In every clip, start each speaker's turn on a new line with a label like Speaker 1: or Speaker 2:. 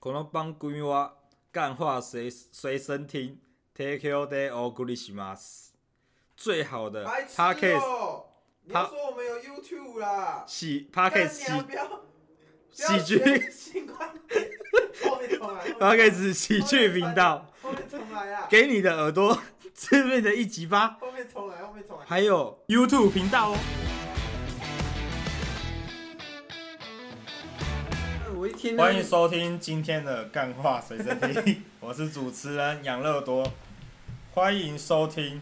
Speaker 1: この番組は干话随随身听，Take your day or good i s h m a s 最好的
Speaker 2: 白痴
Speaker 1: Podcast
Speaker 2: 哦！你
Speaker 1: 他
Speaker 2: 要说我们有 YouTube 啦？
Speaker 1: 喜 Podcast 喜
Speaker 2: 干你啊不要
Speaker 1: 喜剧
Speaker 2: 不要学新观点，后面重来。后面
Speaker 1: Podcast 喜剧频道，，
Speaker 2: 后面重来啊！
Speaker 1: 给你的耳朵 致命的一击吧。
Speaker 2: 后面重来，后面重来。
Speaker 1: 还有 YouTube 频道哦。
Speaker 2: 我一 听
Speaker 1: 欢迎收听今天的干话随身听， 我是主持人杨乐多。欢迎收听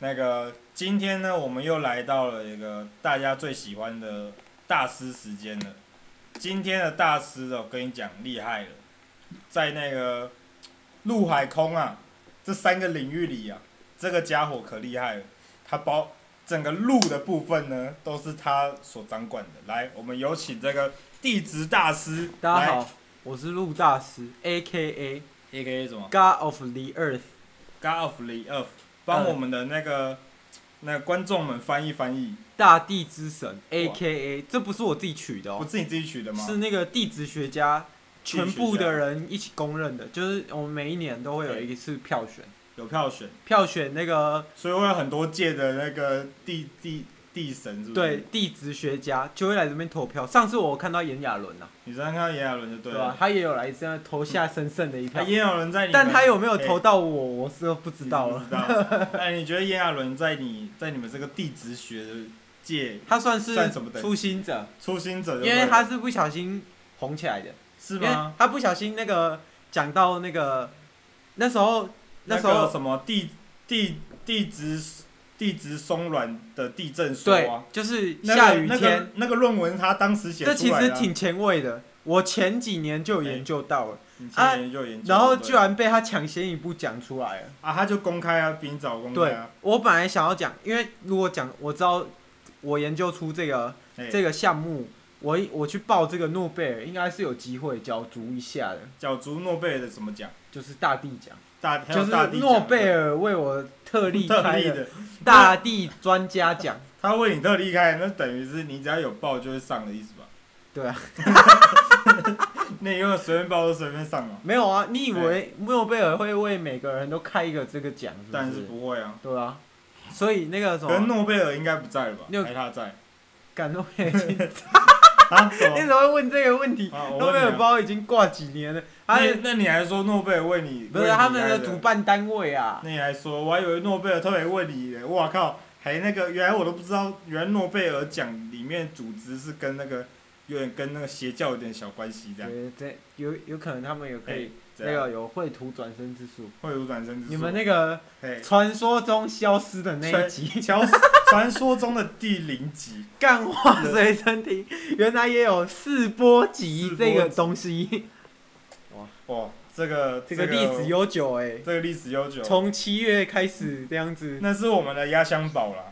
Speaker 1: 那个今天呢，我们又来到了一个大家最喜欢的大师时间了。今天的大师哦，跟你讲厉害了，在那个陆海空啊这三个领域里啊，这个家伙可厉害了，他包整个陆的部分呢都是他所掌管的。来，我们有请这个地质大师，
Speaker 3: 大家
Speaker 1: 来
Speaker 3: 好，我是陆大师，A K A
Speaker 1: A K A 什么
Speaker 3: God of the Earth。
Speaker 1: God of the Earth，帮
Speaker 3: 嗯
Speaker 1: 我们的那个、那观众们翻译翻译，
Speaker 3: 大地之神 A K A，这不是我自己取的
Speaker 1: 不
Speaker 3: 哦，
Speaker 1: 是你自己取的吗？
Speaker 3: 是那个地质学家
Speaker 1: 地质
Speaker 3: 全
Speaker 1: 学家
Speaker 3: 部的人一起公认的，就是我们每一年都会有
Speaker 1: 对
Speaker 3: 一次票选，
Speaker 1: 有票选，
Speaker 3: 票选那个
Speaker 1: 所以会有很多届的那个地地地神，是不是？
Speaker 3: 对，地质学家就会来这边投票。上次我看到炎亚纶呐，啊
Speaker 1: 你刚刚看到炎亚纶就对
Speaker 3: 对
Speaker 1: 了
Speaker 3: 吧，？他也有来这样投下神圣的一
Speaker 1: 啊
Speaker 3: 票，
Speaker 1: 炎亚纶在你们，
Speaker 3: 但他有没有
Speaker 1: 哎
Speaker 3: 投到我，我是不
Speaker 1: 你
Speaker 3: 知道了。
Speaker 1: 不知 道。那你觉得炎亚纶在你在你们这个地质学的界
Speaker 3: 他算是
Speaker 1: 算什么等级
Speaker 3: 初心者，
Speaker 1: 初心者就对
Speaker 3: 因
Speaker 1: 了，
Speaker 3: 为他是不小心红起来的。
Speaker 1: 是
Speaker 3: 因为
Speaker 1: 吗？
Speaker 3: 他不小心那个讲到那个那时候那时
Speaker 1: 个
Speaker 3: 候
Speaker 1: 什么地地地质地质松软的地震说
Speaker 3: 对
Speaker 1: 啊，，
Speaker 3: 就是
Speaker 1: 那个
Speaker 3: 下雨天，
Speaker 1: 那个那个论文他当时写出来
Speaker 3: 这其
Speaker 1: 的啊
Speaker 3: 实挺前卫的。我前几年就有研究到了，
Speaker 1: 你前研究研究，
Speaker 3: 啊然后
Speaker 1: 对
Speaker 3: 居然被他抢先一步讲出来了。
Speaker 1: 啊，他就公开啊，比你早公开
Speaker 3: 对
Speaker 1: 啊，，
Speaker 3: 我本来想要讲，因为如果讲我知道我研究出这个
Speaker 1: 哎
Speaker 3: 这个项目，我一我去报这个诺贝尔应该是有机会角逐一下的，
Speaker 1: 角逐诺贝尔的什么奖？
Speaker 3: 就是大地奖，
Speaker 1: 大还
Speaker 3: 就
Speaker 1: 有大地
Speaker 3: 是
Speaker 1: 奖
Speaker 3: 诺贝尔为我特例
Speaker 1: 特
Speaker 3: 开
Speaker 1: 例
Speaker 3: 的
Speaker 1: 的，
Speaker 3: 大地专家奖。
Speaker 1: 他为你特例开，那等于是你只要有报就会上的意思吧？
Speaker 3: 对啊，
Speaker 1: 那你用随便报就随便上了，
Speaker 3: 没有啊，你以为诺贝尔会为每个人都开一个这个奖是不
Speaker 1: 但
Speaker 3: 是？
Speaker 1: 是不会啊。
Speaker 3: 对啊，所以那个什
Speaker 1: 可是
Speaker 3: 么，
Speaker 1: 诺贝尔应该不在了吧？
Speaker 3: 六
Speaker 1: 还是他 在
Speaker 3: 感诺贝尔已 经，你
Speaker 1: 啊？什
Speaker 3: 怎
Speaker 1: 么？
Speaker 3: 么会问这个问题？
Speaker 1: 啊，我
Speaker 3: 诺
Speaker 1: 问
Speaker 3: 贝
Speaker 1: 你
Speaker 3: 尔
Speaker 1: 啊，
Speaker 3: 包已经挂几年了，他
Speaker 1: 那那你还说诺贝尔为你
Speaker 3: 不是
Speaker 1: 为你
Speaker 3: 他们
Speaker 1: 开
Speaker 3: 的主？办单位啊，
Speaker 1: 那你还说，我还以为诺贝尔特别为你嘞，我靠，还那个原来我都不知道，原来诺贝尔奖里面组织是跟那个有点跟那个邪教有点小关系这样。
Speaker 3: 对对，有有可能他们有可以
Speaker 1: 哎这
Speaker 3: 那
Speaker 1: 样
Speaker 3: 个有绘图转身之术。
Speaker 1: 会有转身之术。
Speaker 3: 你们那个
Speaker 1: 嘿
Speaker 3: 传说中消失的那一集，
Speaker 1: 乔传说中的第零集，
Speaker 3: 干话随身听，原来也有四波集
Speaker 1: 四波
Speaker 3: 这个
Speaker 1: 集
Speaker 3: 东西，
Speaker 1: 哇，这个
Speaker 3: 这个历史悠久哎、
Speaker 1: 这个历史悠久，
Speaker 3: 从七月开始这样子，
Speaker 1: 那是我们的压箱宝啦。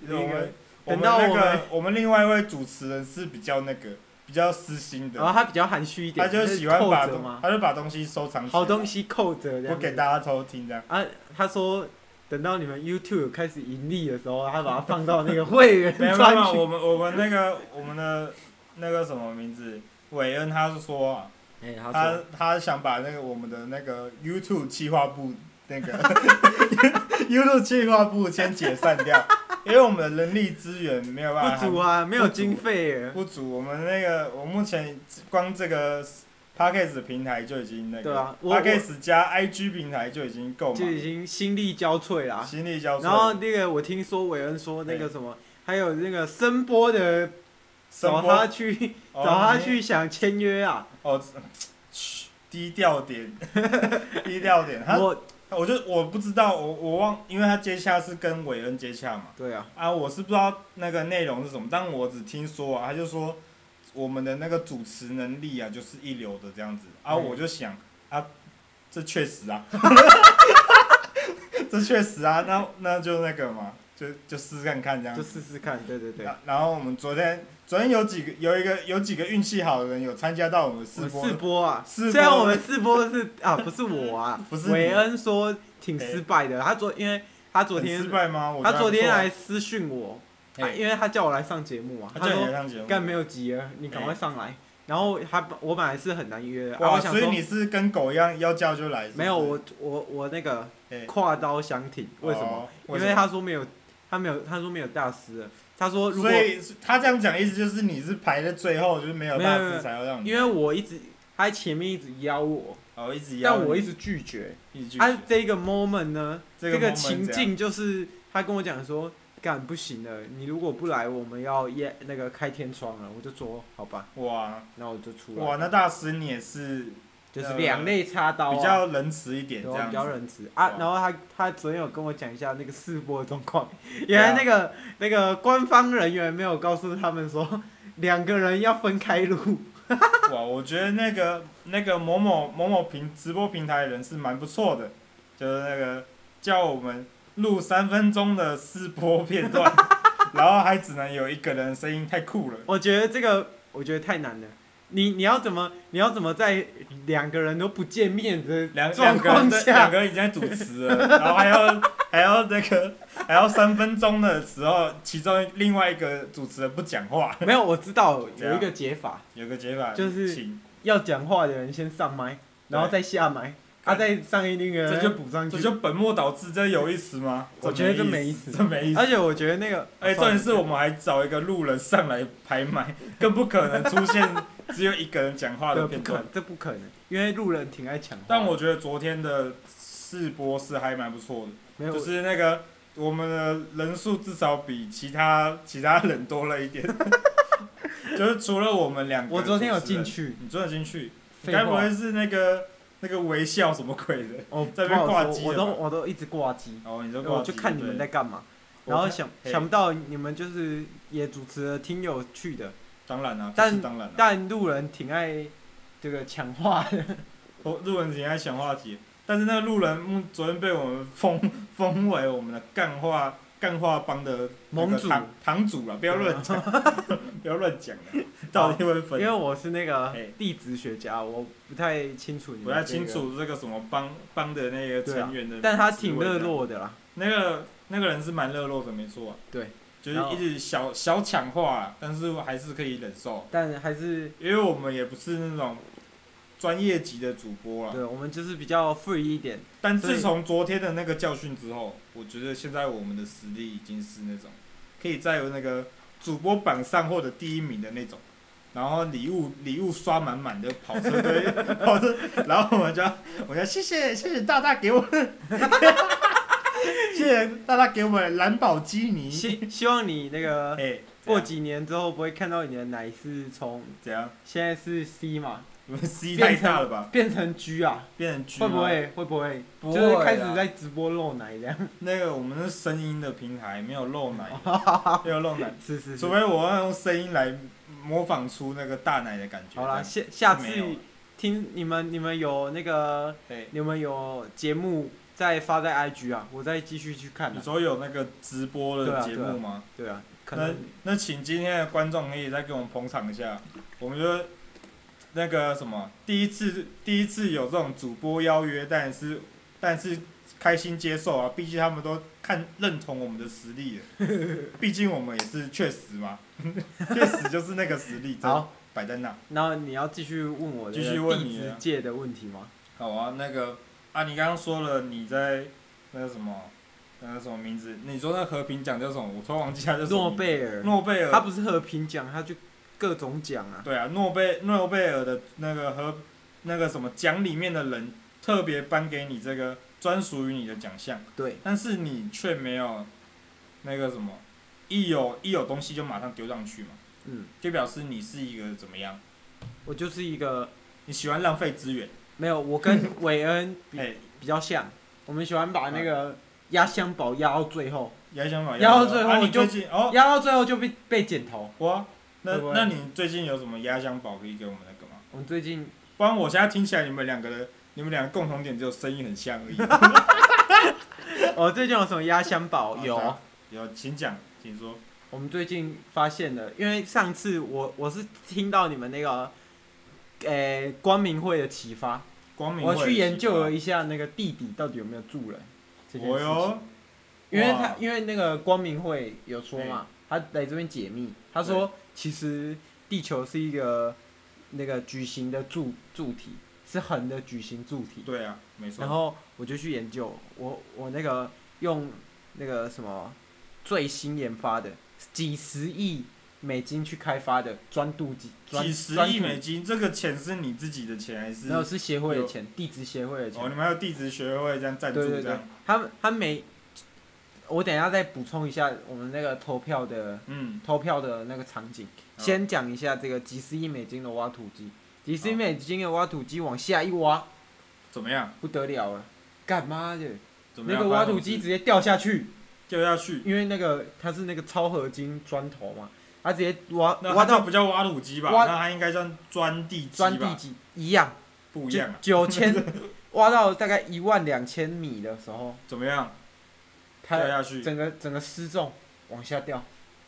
Speaker 3: 那个
Speaker 1: 我们我
Speaker 3: 等
Speaker 1: 们
Speaker 3: 到
Speaker 1: 那
Speaker 3: 我们
Speaker 1: 个我们另外一位主持人是比较那个比较私心
Speaker 3: 然后
Speaker 1: 的，
Speaker 3: 他比较含蓄一点，
Speaker 1: 他就喜欢
Speaker 3: 扣
Speaker 1: 把
Speaker 3: 着
Speaker 1: 东
Speaker 3: 嘛，
Speaker 1: 他就把东西收藏起来，
Speaker 3: 好东西扣着这
Speaker 1: 不
Speaker 3: 样
Speaker 1: 给
Speaker 3: 子。
Speaker 1: 大家偷听这样。
Speaker 3: 啊，他说等到你们 YouTube 开始盈利的时候，他把它放到那个会员
Speaker 1: 没有没有没
Speaker 3: 专
Speaker 1: 有，
Speaker 3: 区。
Speaker 1: 我们我们那个我们的那个什么名字，韦恩他是说啊，
Speaker 3: 哎、
Speaker 1: 他他想把那个我们的那个 YouTube 企划部那个 YouTube 企划部先解散掉，因为我们的人力资源没有办法
Speaker 3: 不足啊，没有经费耶。
Speaker 1: 不足。我们那个我目前光这个 Podcast 平台就已经那个
Speaker 3: 对啊我
Speaker 1: Podcast 加 IG 平台就已经够嘛
Speaker 3: 就，已经心力交瘁啦。
Speaker 1: 心力交瘁。
Speaker 3: 然后那个我听说韦恩说那个什么，还有那个声波的
Speaker 1: 哎声
Speaker 3: 找
Speaker 1: 波
Speaker 3: 他去、
Speaker 1: 哦
Speaker 3: 找他
Speaker 1: 你
Speaker 3: 去想签约啊。
Speaker 1: 哦，嘘低调点， 低调点。他
Speaker 3: 我
Speaker 1: 我就我不知道，我我忘，因为他接洽是跟韦恩接洽嘛，
Speaker 3: 对啊，
Speaker 1: 啊，我是不知道那个内容是什么，但我只听说啊，他就说我们的那个主持能力啊，就是一流的这样子啊，
Speaker 3: 嗯
Speaker 1: 我就想啊，这确实啊， 这确实啊，那那就那个嘛，就就试试看看这样
Speaker 3: 就
Speaker 1: 子。
Speaker 3: 试试看，对对对。
Speaker 1: 然然后我们昨天昨天有几个有一个有几个运气好的人有参加到我们
Speaker 3: 我
Speaker 1: 试
Speaker 3: 们
Speaker 1: 播
Speaker 3: 试
Speaker 1: 的，
Speaker 3: 播啊，
Speaker 1: 试播
Speaker 3: 虽然我们试播是啊，不是我啊，
Speaker 1: 不是你
Speaker 3: 韦恩说挺失败的。他昨因为他昨天
Speaker 1: 很失败吗？我觉
Speaker 3: 他
Speaker 1: 得
Speaker 3: 昨天
Speaker 1: 还
Speaker 3: 来私讯我，
Speaker 1: 嘿
Speaker 3: 啊因为他叫我来上节目啊，
Speaker 1: 不错，他
Speaker 3: 他
Speaker 1: 叫你来
Speaker 3: 说
Speaker 1: 上节目，
Speaker 3: 干没有急了，你赶快上来。然后他我本来是很难约的，啊，
Speaker 1: 哇，
Speaker 3: 我想
Speaker 1: 所以
Speaker 3: 说
Speaker 1: 你是跟狗一样要叫就来是不是？
Speaker 3: 没有，我我我那个
Speaker 1: 哎
Speaker 3: 跨刀相挺，为什么？
Speaker 1: 哦
Speaker 3: 因为他说没有，他没有，他说没有大师了，他说如果
Speaker 1: 所以他这样讲，意思就是你是排在最后，就是没有
Speaker 3: 没有
Speaker 1: 大
Speaker 3: 没有
Speaker 1: 师才要让你
Speaker 3: 因为我一直他在前面一直邀我，
Speaker 1: 哦，一直要
Speaker 3: 但我
Speaker 1: 你
Speaker 3: 一直拒绝。
Speaker 1: 一直
Speaker 3: 他、
Speaker 1: 拒绝
Speaker 3: 这个 moment 呢，
Speaker 1: 这
Speaker 3: 这个
Speaker 1: moment
Speaker 3: 情
Speaker 1: 怎样
Speaker 3: 境就是他跟我讲说，干不行了，你如果不来，我们要夜那个开天窗了。我就说好吧，
Speaker 1: 哇
Speaker 3: 那我就出来。
Speaker 1: 哇，那大师你也是
Speaker 3: 就是
Speaker 1: 呃
Speaker 3: 两肋插刀、啊，
Speaker 1: 比较仁慈一点
Speaker 3: 对
Speaker 1: 这
Speaker 3: 啊
Speaker 1: 样
Speaker 3: 比较
Speaker 1: 子，
Speaker 3: 仁慈啊
Speaker 1: 哇。
Speaker 3: 然后他他昨天有跟我讲一下那个试播的状况，原来那
Speaker 1: 啊
Speaker 3: 个、那个官方人员没有告诉他们说两个人要分开录，
Speaker 1: 哇，我觉得那个那个某某某某平直播平台的人是蛮不错的，就是那个叫我们录三分钟的试播片段， 然后还只能有一个人声音，太酷了。
Speaker 3: 我觉得这个我觉得太难了。你你要怎么你要怎么在两个人都不见面的
Speaker 1: 两
Speaker 3: 状
Speaker 1: 两个人
Speaker 3: 况
Speaker 1: 在两
Speaker 3: 下，
Speaker 1: 个人已经在主持了，然后还要还要那个还要三分钟的时候，其中另外一个主持人不讲话，
Speaker 3: 没有我知道
Speaker 1: 怎
Speaker 3: 有
Speaker 1: 样
Speaker 3: 一个解法，
Speaker 1: 有个解法
Speaker 3: 就是
Speaker 1: 请
Speaker 3: 要讲话的人先上麦，然后再下麦，他、
Speaker 1: 看
Speaker 3: 再上一那个
Speaker 1: 这就
Speaker 3: 补上去
Speaker 1: 这。就本末倒置，这有意思吗？
Speaker 3: 我觉得这没
Speaker 1: 没
Speaker 3: 意思
Speaker 1: 思，这没意思。
Speaker 3: 而且我觉得那个，啊
Speaker 1: 哎，重点是我们还找一个路人上来拍卖， 更不可能出现只有一个人讲话的
Speaker 3: 这不
Speaker 1: 片
Speaker 3: 可
Speaker 1: 段
Speaker 3: 能。，这不可能，因为路人挺爱抢话的。
Speaker 1: 但我觉得昨天的试播是还蛮不错的，
Speaker 3: 没有，
Speaker 1: 就是那个我们的人数至少比其他其他人多了一 点，就是除了我们两个。
Speaker 3: 我昨天有进，去，
Speaker 1: 你昨天有进去，你
Speaker 3: 废
Speaker 1: 该不
Speaker 3: 话
Speaker 1: 会是那个那个微笑什么鬼的？
Speaker 3: 哦，
Speaker 1: 在那
Speaker 3: 不
Speaker 1: 边
Speaker 3: 好
Speaker 1: 挂
Speaker 3: 说
Speaker 1: 机
Speaker 3: 我
Speaker 1: 了
Speaker 3: 都
Speaker 1: 吧
Speaker 3: 我都一直挂机，
Speaker 1: 哦，你就挂
Speaker 3: 我
Speaker 1: 机
Speaker 3: 就看你们在
Speaker 1: 对
Speaker 3: 干嘛，
Speaker 1: 我
Speaker 3: 然后
Speaker 1: 看
Speaker 3: 想
Speaker 1: 嘿
Speaker 3: 想不到你们就是也主持的挺有趣的，
Speaker 1: 当然啦，
Speaker 3: 但
Speaker 1: 这是当然啦。啊
Speaker 3: 但路人挺爱这个抢话的，
Speaker 1: 我路人挺爱想话题，但是那个路人目昨天被我们封封为我们的干话干话帮的那个
Speaker 3: 盟主
Speaker 1: 堂堂主啊了，不要乱讲， 不要乱讲啊，到底会
Speaker 3: 因
Speaker 1: 分
Speaker 3: 为。我是那个
Speaker 1: 嘿
Speaker 3: 地质学家，我不太清楚你
Speaker 1: 不
Speaker 3: 们
Speaker 1: 太
Speaker 3: 这
Speaker 1: 清
Speaker 3: 个，
Speaker 1: 楚这个什么帮帮的那个
Speaker 3: 对啊
Speaker 1: 成员的，
Speaker 3: 但他挺热。络的啦，
Speaker 1: 那个那个人是蛮热络的，没错啊、
Speaker 3: 对，
Speaker 1: 就是
Speaker 3: 然后
Speaker 1: 一直小小抢话、啊，但是还是可以忍受，
Speaker 3: 但还是
Speaker 1: 因为我们也不是那种专业级的主播啊。
Speaker 3: 对我们就是比较 free 一点，
Speaker 1: 但
Speaker 3: 所以
Speaker 1: 自从昨天的那个教训之后，我觉得现在我们的实力已经是那种可以在那个主播榜上获得第一名的那种，然后礼物礼物刷满满的跑车 堆，跑车，然后我们就要我就要谢谢谢谢大大给我们， 谢谢大大给我们兰博基尼，
Speaker 3: 希希望你那个
Speaker 1: 嗯 哎，
Speaker 3: 过
Speaker 1: 过
Speaker 3: 几年之后不会看到你的奶是从
Speaker 1: 怎样？
Speaker 3: 现在是 C 嘛，
Speaker 1: 你们 C 太大了吧？
Speaker 3: 变成 G 啊。
Speaker 1: 变成 G
Speaker 3: 会不
Speaker 1: 吗？
Speaker 3: 会会不会
Speaker 1: 不
Speaker 3: 就是
Speaker 1: 会
Speaker 3: 开始
Speaker 1: 啦
Speaker 3: 在直播露奶这样？
Speaker 1: 那个我们是声音的平台，没有露 奶，没有露奶。
Speaker 3: 是是是
Speaker 1: 除。非我要用声音来模仿出那个大奶的感觉。
Speaker 3: 好啦，
Speaker 1: 这样
Speaker 3: 下下次
Speaker 1: 没有了
Speaker 3: 听你们你们有那个
Speaker 1: 对，
Speaker 3: 你们有节目再发在 IG 啊，我再继续去看
Speaker 1: 你
Speaker 3: 啊。
Speaker 1: 说有那个直播
Speaker 3: 对
Speaker 1: 的
Speaker 3: 啊
Speaker 1: 节目吗？
Speaker 3: 对啊，可
Speaker 1: 那
Speaker 3: 能
Speaker 1: 那请今天的观众可以再给我们捧场一下，我们就那个什么，第一次第一次有这种主播邀约，但是但是开心接受啊，毕竟他们都看认同我们的实力了， 毕竟我们也是确实嘛，确实就是那个实力，
Speaker 3: 好，
Speaker 1: 摆在那。
Speaker 3: 然后你要继续问我的
Speaker 1: 继续问
Speaker 3: 地
Speaker 1: 你
Speaker 3: 址
Speaker 1: 啊
Speaker 3: 界的问题吗？
Speaker 1: 好啊，那个啊，你刚刚说了你在那个什么，那个什么名字？你说那和平奖叫什么？我突然忘记它叫什么
Speaker 3: 诺
Speaker 1: 名字。
Speaker 3: 贝尔，
Speaker 1: 诺贝
Speaker 3: 他
Speaker 1: 尔，
Speaker 3: 不是和平奖，他就各种奖啊。
Speaker 1: 对啊，诺贝诺贝尔的那个和那个什么奖里面的人特别颁给你这个专属于你的奖项，
Speaker 3: 对，
Speaker 1: 但是你却没有那个什么，一有一有东西就马上丢上去嘛，
Speaker 3: 嗯，
Speaker 1: 就表示你是一个怎么样？
Speaker 3: 我就是一个
Speaker 1: 你喜欢浪费资源，
Speaker 3: 没有，我 跟韦恩比
Speaker 1: 哎、
Speaker 3: 比较像，我们喜欢把那
Speaker 1: 啊
Speaker 3: 个压箱宝压到最后。
Speaker 1: 你还想法？
Speaker 3: 然后最后
Speaker 1: 啊、
Speaker 3: 我
Speaker 1: 你最
Speaker 3: 就
Speaker 1: 近哦，
Speaker 3: 压到最后就被被剪头。
Speaker 1: 哇，那
Speaker 3: 会不会
Speaker 1: 那你最近有什么压箱宝可以给我们那个吗？
Speaker 3: 我们最近
Speaker 1: 不然我现在听起来你们两个的，你们两个共同点只有声音很像 而已。
Speaker 3: 我哦最近有什么压箱宝？
Speaker 1: 啊
Speaker 3: 有，
Speaker 1: 有，请讲，请说。
Speaker 3: 我们最近发现的，因为上次我我是听到你们那个，诶、光明会的启发，
Speaker 1: 光明，
Speaker 3: 我去研究了
Speaker 1: 已。
Speaker 3: 一下那个弟弟到底有没有住人这件
Speaker 1: 我
Speaker 3: 事情
Speaker 1: 哦哟，，
Speaker 3: 因为他
Speaker 1: 哇嗯
Speaker 3: 因为那个光明会有说嘛，他来这边解密，他说其实地球是一个那个矩形的柱柱体，是横的矩形柱体。
Speaker 1: 对啊，没
Speaker 3: 然
Speaker 1: 错。
Speaker 3: 后我就去研究，我我那个用那个什么最新研发的几十亿美金去开发的专度几专
Speaker 1: 几十
Speaker 3: 专
Speaker 1: 亿
Speaker 3: 注
Speaker 1: 美金，这个钱是你自己的钱还是？
Speaker 3: 然后是协会的
Speaker 1: 有
Speaker 3: 钱，地质协会的钱。
Speaker 1: 哦，你们还有地质学会这样赞助
Speaker 3: 对对
Speaker 1: 这
Speaker 3: 对
Speaker 1: 样？，
Speaker 3: 他们他每，我等一下再补充一下我们那个投票的
Speaker 1: 嗯，
Speaker 3: 投票的那个场景。
Speaker 1: 好
Speaker 3: 先讲一下这个几十亿美金的挖土机，几十亿美金的挖土机往下一挖，
Speaker 1: 怎么样？
Speaker 3: 不得了了，干嘛的？
Speaker 1: 怎么
Speaker 3: 那
Speaker 1: 样？
Speaker 3: 个挖土机直接掉下去，
Speaker 1: 掉下去，
Speaker 3: 因为那个它是那个超合金砖头嘛，它直接挖
Speaker 1: 那
Speaker 3: 挖
Speaker 1: 它
Speaker 3: 到
Speaker 1: 不叫挖土机吧？
Speaker 3: 挖
Speaker 1: 那它应该叫钻地机
Speaker 3: 钻地
Speaker 1: 吧？
Speaker 3: 基一样，
Speaker 1: 不一
Speaker 3: 就
Speaker 1: 样啊？
Speaker 3: 九千 挖到大概一万两千米的时候，
Speaker 1: 怎么样？掉
Speaker 3: 它
Speaker 1: 下去，
Speaker 3: 整个整个失重往下掉。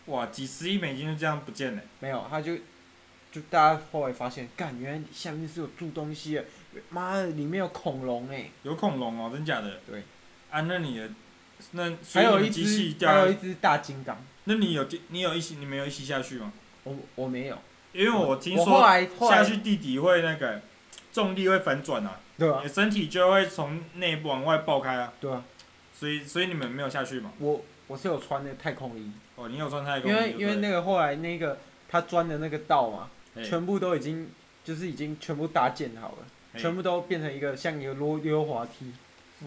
Speaker 1: 哇，几十亿美金就这样不见了。
Speaker 3: 没有，他就就大家后来发现，干，原来下面是有住东西的，妈的，里面有恐龙哎、
Speaker 1: 有恐龙哦，真假的？
Speaker 3: 对。
Speaker 1: 啊，那你的那所
Speaker 3: 还
Speaker 1: 以你
Speaker 3: 有
Speaker 1: 们
Speaker 3: 一
Speaker 1: 机器
Speaker 3: 只，
Speaker 1: 掉
Speaker 3: 还
Speaker 1: 下
Speaker 3: 有
Speaker 1: 去
Speaker 3: 一只大金刚，
Speaker 1: 那你有地你有一起你没有一起下去吗？
Speaker 3: 我我没有，
Speaker 1: 因为我听
Speaker 3: 我后
Speaker 1: 说
Speaker 3: 来后
Speaker 1: 下
Speaker 3: 来
Speaker 1: 去地底会那个重力会反转啊，
Speaker 3: 对
Speaker 1: 你
Speaker 3: 啊
Speaker 1: 的身体就会从内部往外爆开啊，
Speaker 3: 对啊，
Speaker 1: 所以所以你们没有下去嘛？
Speaker 3: 我我是有穿那个太空衣，
Speaker 1: 哦，你有穿太空
Speaker 3: 因
Speaker 1: 衣
Speaker 3: 为
Speaker 1: 就对
Speaker 3: 因为那个后来那个他钻的那个道嘛，
Speaker 1: 嘿
Speaker 3: 全部都已经就是已经全部搭建好了，
Speaker 1: 嘿
Speaker 3: 全部都变成一个像一个溜溜滑梯，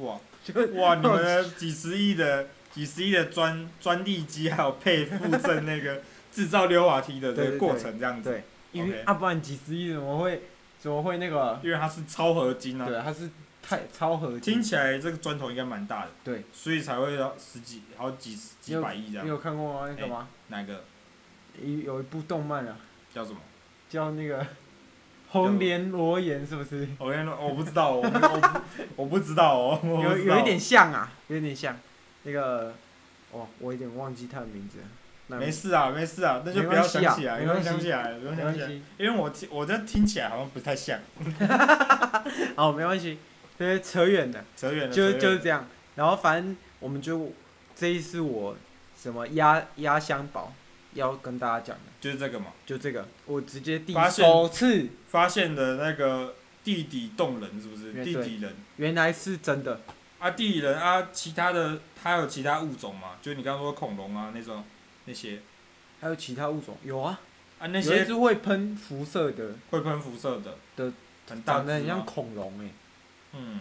Speaker 1: 哇
Speaker 3: 就
Speaker 1: 哇，你们的几十亿的几十亿的钻钻地机，还有配附赠那个 制造溜滑梯的这
Speaker 3: 对
Speaker 1: 个
Speaker 3: 对
Speaker 1: 过程这样子，
Speaker 3: 对，因为
Speaker 1: OK
Speaker 3: 啊不然几十亿怎么会怎么会那个？
Speaker 1: 因为它是超合金啊，
Speaker 3: 对，它是太超合金
Speaker 1: 听。起来这个砖头应该蛮大的，
Speaker 3: 对，
Speaker 1: 所以才会要十几好几十几百亿这
Speaker 3: 你
Speaker 1: 样。哎
Speaker 3: 有看过吗？那个吗？
Speaker 1: 哪个
Speaker 3: 有有一部动漫啊，
Speaker 1: 叫什么？
Speaker 3: 叫那个《红莲罗岩》，是不是？
Speaker 1: 我跟你说，我不知道，我不我不 我不知道哦，我不
Speaker 3: 有
Speaker 1: 知道
Speaker 3: 有一点像啊，有一点像那个，哦，我有点忘记他的名字了。那
Speaker 1: 没事啊，没事啊，那就
Speaker 3: 没
Speaker 1: 不要
Speaker 3: 关系啊
Speaker 1: 想起来，不
Speaker 3: 没
Speaker 1: 用
Speaker 3: 关系
Speaker 1: 想起来，不用
Speaker 3: 没
Speaker 1: 想
Speaker 3: 关
Speaker 1: 起来，
Speaker 3: 系，
Speaker 1: 因为我听我这听起来好像不太像，
Speaker 3: 哦，没关系，这扯远了，
Speaker 1: 扯远了，
Speaker 3: 就
Speaker 1: 扯远了
Speaker 3: 就是这样。然后反正我们就这一次我什么压压箱宝要跟大家讲的，
Speaker 1: 就是这个嘛，
Speaker 3: 就这个，我直接第
Speaker 1: 发现
Speaker 3: 首次
Speaker 1: 发现的那个地底洞人是不是？
Speaker 3: 对
Speaker 1: 地底人
Speaker 3: 原来是真的，
Speaker 1: 啊，地底人啊，其他的它有其他物种嘛？就你刚刚说恐龙啊那种那些
Speaker 3: 还有其他物种有啊，
Speaker 1: 啊那
Speaker 3: 有一
Speaker 1: 些
Speaker 3: 只会喷辐射的，
Speaker 1: 会喷辐射的
Speaker 3: 的
Speaker 1: 很大
Speaker 3: 长
Speaker 1: 只
Speaker 3: 得很像
Speaker 1: 吗
Speaker 3: 恐龙哎、
Speaker 1: 嗯，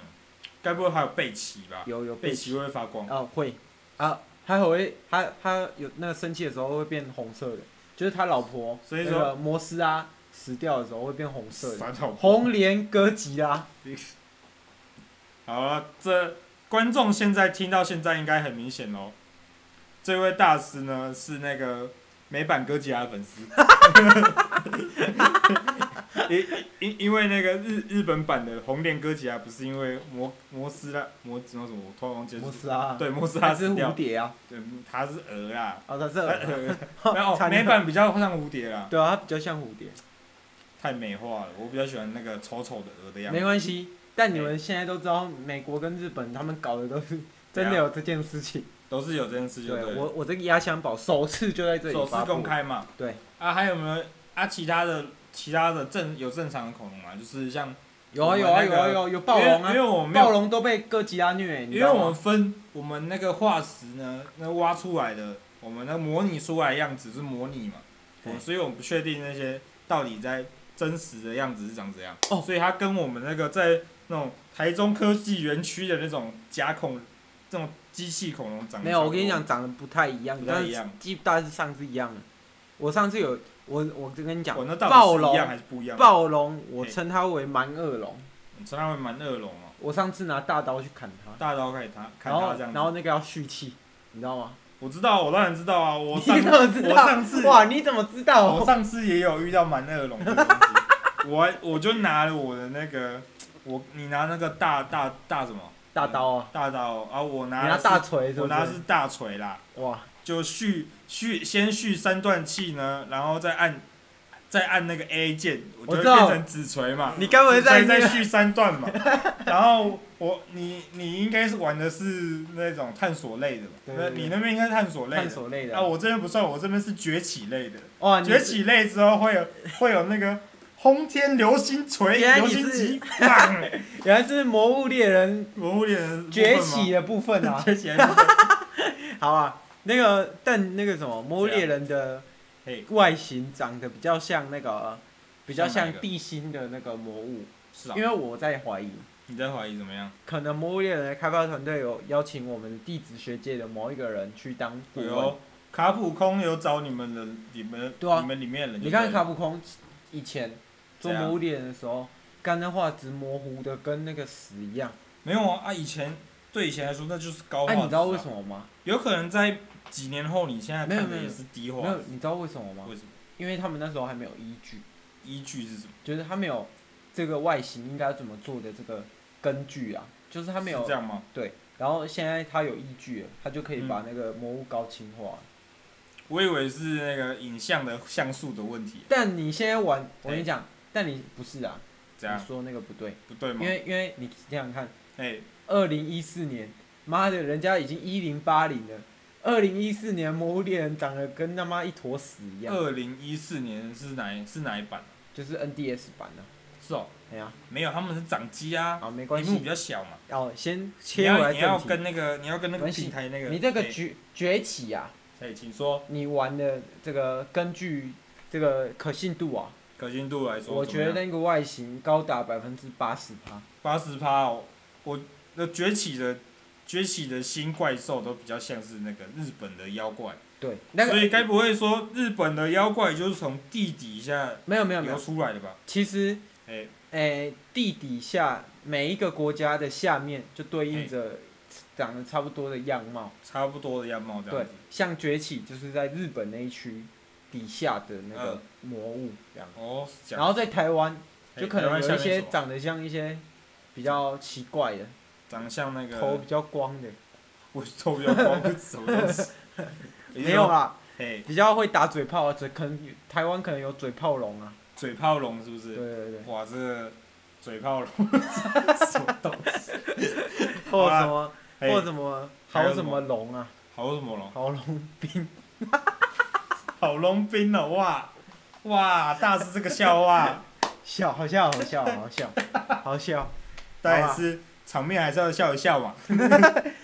Speaker 1: 该不会还有贝奇吧？
Speaker 3: 有有
Speaker 1: 贝
Speaker 3: 被
Speaker 1: 奇会不会发光？
Speaker 3: 啊会啊，他会他他有那个生气的时候会变红色的，就是他老婆
Speaker 1: 所以
Speaker 3: 那
Speaker 1: 说
Speaker 3: 个摩斯拉死掉的时候会变红 色的，
Speaker 1: 反恐
Speaker 3: 红莲哥吉拉，
Speaker 1: 好了，这观众现在听到现在应该很明显喽。这位大师呢是那个美版哥吉拉的粉丝， 因因因为那个日日本版的红莲哥吉拉不是因为摩摩斯拉摩什么什么，我突然忘记了
Speaker 3: 摩斯拉，
Speaker 1: 对摩斯拉
Speaker 3: 他是
Speaker 1: 死
Speaker 3: 蝴
Speaker 1: 掉，
Speaker 3: 蝶啊，
Speaker 1: 对，他是鹅啦，
Speaker 3: 啊他是
Speaker 1: 他
Speaker 3: 耳，
Speaker 1: 鹅，然后
Speaker 3: 差点
Speaker 1: 美版比较像蝴蝶啦，
Speaker 3: 对啊，他比较像蝴蝶，
Speaker 1: 太美化了，我比较喜欢那个丑丑的鹅的样哎
Speaker 3: 没
Speaker 1: 子。
Speaker 3: 关系，但你们现在都知道美国跟日本他们搞的都 是真的有这件事情，
Speaker 1: 都是有这件事就对
Speaker 3: 对
Speaker 1: 了，
Speaker 3: 我我这个压箱宝首次就在这里
Speaker 1: 首次
Speaker 3: 发布
Speaker 1: 公，开嘛。
Speaker 3: 对
Speaker 1: 啊，还有没有啊？其他的其他的正有正常的恐龙嘛？就是像
Speaker 3: 有啊有啊有啊有啊有暴龙啊
Speaker 1: 因为，因为我们没
Speaker 3: 暴
Speaker 1: 有，
Speaker 3: 龙都被哥吉拉虐，
Speaker 1: 因
Speaker 3: 你知
Speaker 1: 为
Speaker 3: 道
Speaker 1: 我
Speaker 3: 吗
Speaker 1: 们？分我们那个化石呢，那挖出来的，我们那模拟出来的样子是模拟嘛，我
Speaker 3: 对
Speaker 1: 所以我们不确定那些到底在真实的样子是长怎样。
Speaker 3: 哦
Speaker 1: 所以它跟我们那个在那种台中科技园区的那种假恐这种机器恐龙长得
Speaker 3: 没有，
Speaker 1: 差不多
Speaker 3: 我跟你讲，长得不太一样，
Speaker 1: 不太
Speaker 3: 但
Speaker 1: 一
Speaker 3: 是
Speaker 1: 样。
Speaker 3: 基大致上是一样的。我上次有我我跟你讲
Speaker 1: 我，那到
Speaker 3: 暴
Speaker 1: 底是一样
Speaker 3: 龙
Speaker 1: 还是不一样？
Speaker 3: 暴龙，我
Speaker 1: 嘿
Speaker 3: 称它为蛮恶龙。
Speaker 1: 你说它会蛮恶龙哦，
Speaker 3: 我上次拿大刀去砍它，
Speaker 1: 大刀可以砍砍
Speaker 3: 然后
Speaker 1: 它这样子。
Speaker 3: 然后那个要蓄气，你知道吗？
Speaker 1: 我知道，我当然知道啊，我
Speaker 3: 你
Speaker 1: 上
Speaker 3: 怎么知
Speaker 1: 我
Speaker 3: 道
Speaker 1: 上次
Speaker 3: 哇，你怎么知
Speaker 1: 我
Speaker 3: 道？
Speaker 1: 上次也有遇到蛮恶龙的东西，我还我就拿了我的那个，我你拿那个大大大什么
Speaker 3: 大刀啊，
Speaker 1: 大刀啊，我
Speaker 3: 你
Speaker 1: 拿的
Speaker 3: 拿
Speaker 1: 是
Speaker 3: 大锤是
Speaker 1: 我
Speaker 3: 不
Speaker 1: 拿的
Speaker 3: 是
Speaker 1: 是？大锤啦，
Speaker 3: 哇，
Speaker 1: 就蓄蓄先蓄三段气呢，然后再按再按那个 A 键，我就
Speaker 3: 我
Speaker 1: 会
Speaker 3: 知道
Speaker 1: 变成紫锤嘛，
Speaker 3: 你该不会
Speaker 1: 紫
Speaker 3: 在
Speaker 1: 锤
Speaker 3: 那
Speaker 1: 再
Speaker 3: 个
Speaker 1: 蓄三段嘛，然后我你你应该是玩的是那种探索类的吧？
Speaker 3: 对
Speaker 1: 那
Speaker 3: 对
Speaker 1: 你
Speaker 3: 对
Speaker 1: 那边应该是探索类的
Speaker 3: 探。索类的
Speaker 1: 啊，？我这边不算，我这边是崛起类的。
Speaker 3: 哇，你
Speaker 1: 崛起类之后会有会有那个轰天流星锤，
Speaker 3: 原来
Speaker 1: 流
Speaker 3: 你是
Speaker 1: 星击，棒！
Speaker 3: 原来是《魔物猎人
Speaker 1: 魔物猎人》
Speaker 3: 崛起的部 分
Speaker 1: 了，
Speaker 3: 啊。
Speaker 1: 崛起还是
Speaker 3: 好啊，那个但那个什么《魔物猎人》的
Speaker 1: 嘿
Speaker 3: 外形长得比较像那个，比较
Speaker 1: 像哪
Speaker 3: 像
Speaker 1: 一个
Speaker 3: 地心的那个魔物，
Speaker 1: 是啊
Speaker 3: 因，为我在怀疑，
Speaker 1: 你在怀疑怎么样？
Speaker 3: 可能《魔物猎人》的开发团队有邀请我们地质学界的某一个人去当顾
Speaker 1: 哎
Speaker 3: 问。
Speaker 1: 呦，卡普空有找你们的，你们
Speaker 3: 对啊
Speaker 1: 你们里面的人就
Speaker 3: 你
Speaker 1: 对了，
Speaker 3: 看卡普空以前做
Speaker 1: 怎
Speaker 3: 《
Speaker 1: 样
Speaker 3: 魔物猎人》的时候，干的画质模糊的跟那个屎一样。
Speaker 1: 没有啊？啊，以前对以前来说那就是高画
Speaker 3: 哎、
Speaker 1: 质啊，
Speaker 3: 你知道为什么吗？
Speaker 1: 有可能在几年后，你现在
Speaker 3: 没有
Speaker 1: 看的
Speaker 3: 没有
Speaker 1: 也是低
Speaker 3: 没
Speaker 1: 画
Speaker 3: 有
Speaker 1: 质，，
Speaker 3: 你知道为什么吗
Speaker 1: 为？什么？
Speaker 3: 因为他们那时候还没有依据，
Speaker 1: 依据是什么？
Speaker 3: 就是他没有这个外形应该怎么做的这个根据啊，就是他没
Speaker 1: 是
Speaker 3: 有
Speaker 1: 这样吗？
Speaker 3: 对。然后现在他有依据了，他就可以
Speaker 1: 嗯
Speaker 3: 把那个魔物高清化。
Speaker 1: 我以为是那个影像的像素的问题，
Speaker 3: 但你现在玩，
Speaker 1: 对
Speaker 3: 我跟你讲，但你不是啊，
Speaker 1: 这样
Speaker 3: 你说那个不对，
Speaker 1: 不对吗
Speaker 3: 因？为因为你想想看，
Speaker 1: 哎，
Speaker 3: 二零一四年，妈的，人家已经一零八零了，二零一四年魔物猎人长得跟他妈一坨屎一样，
Speaker 1: 二零一四年是哪一是哪一版？
Speaker 3: 就是 NDS 版的、
Speaker 1: 是哦，
Speaker 3: 哎呀、
Speaker 1: 没有，他们是掌机啊，
Speaker 3: 好，没关
Speaker 1: 屏幕比
Speaker 3: 系。
Speaker 1: 较小嘛。
Speaker 3: 哦，先
Speaker 1: 你
Speaker 3: 切回
Speaker 1: 要
Speaker 3: 来
Speaker 1: 你要
Speaker 3: 正题。
Speaker 1: 跟那个你要跟那个
Speaker 3: 没关系
Speaker 1: 平台那个，
Speaker 3: 你这个
Speaker 1: 哎
Speaker 3: 崛崛起啊，
Speaker 1: 哎，请说
Speaker 3: 你玩的这个根据这个可信度啊，
Speaker 1: 可信度来说，
Speaker 3: 我觉得那个外形高达百分之八十趴。
Speaker 1: 八十趴哦，我那崛起的崛起的新怪兽都比较像是那个日本的妖怪，
Speaker 3: 对，那
Speaker 1: 所以
Speaker 3: 个
Speaker 1: 该不会说日本的妖怪就是从地底下
Speaker 3: 没有没有没
Speaker 1: 流
Speaker 3: 有，
Speaker 1: 出来的吧？
Speaker 3: 其实
Speaker 1: 哎，
Speaker 3: 诶、地底下每一个国家的下面就对应着长得差不多的样貌。
Speaker 1: 差不多的样貌这
Speaker 3: 对
Speaker 1: 样子。，
Speaker 3: 像崛起就是在日本那一区底下的那个
Speaker 1: 嗯
Speaker 3: 魔物这样，
Speaker 1: 哦，是这样
Speaker 3: 然后在台湾
Speaker 1: 哎
Speaker 3: 就可
Speaker 1: 台
Speaker 3: 能
Speaker 1: 湾
Speaker 3: 有一
Speaker 1: 下面
Speaker 3: 些
Speaker 1: 什么
Speaker 3: 长得像一些比较奇怪的，
Speaker 1: 长相那
Speaker 3: 头
Speaker 1: 个
Speaker 3: 比较光的，
Speaker 1: 我头比较光是什么东西？
Speaker 3: 没有
Speaker 1: 啊，
Speaker 3: 啦，
Speaker 1: 哎，
Speaker 3: 比较会打嘴炮啊，嘴可能有台湾可能有嘴炮龙啊，
Speaker 1: 嘴炮龙是不
Speaker 3: 对
Speaker 1: 是？
Speaker 3: 对对，
Speaker 1: 哇，这个嘴 炮龙什么东西？
Speaker 3: 或
Speaker 1: 好
Speaker 3: 者
Speaker 1: 啊
Speaker 3: 什么
Speaker 1: 哎
Speaker 3: 或者什么
Speaker 1: 还有
Speaker 3: 好
Speaker 1: 什
Speaker 3: 什
Speaker 1: 么哦
Speaker 3: 么龙啊，
Speaker 1: 好什么龙？
Speaker 3: 好龙兵，
Speaker 1: 好龙兵哦，哇哇，大师这个笑 话，
Speaker 3: 笑 好笑好笑好笑 好笑，
Speaker 1: 当然是场面还是要笑一笑嘛， 对不
Speaker 3: 好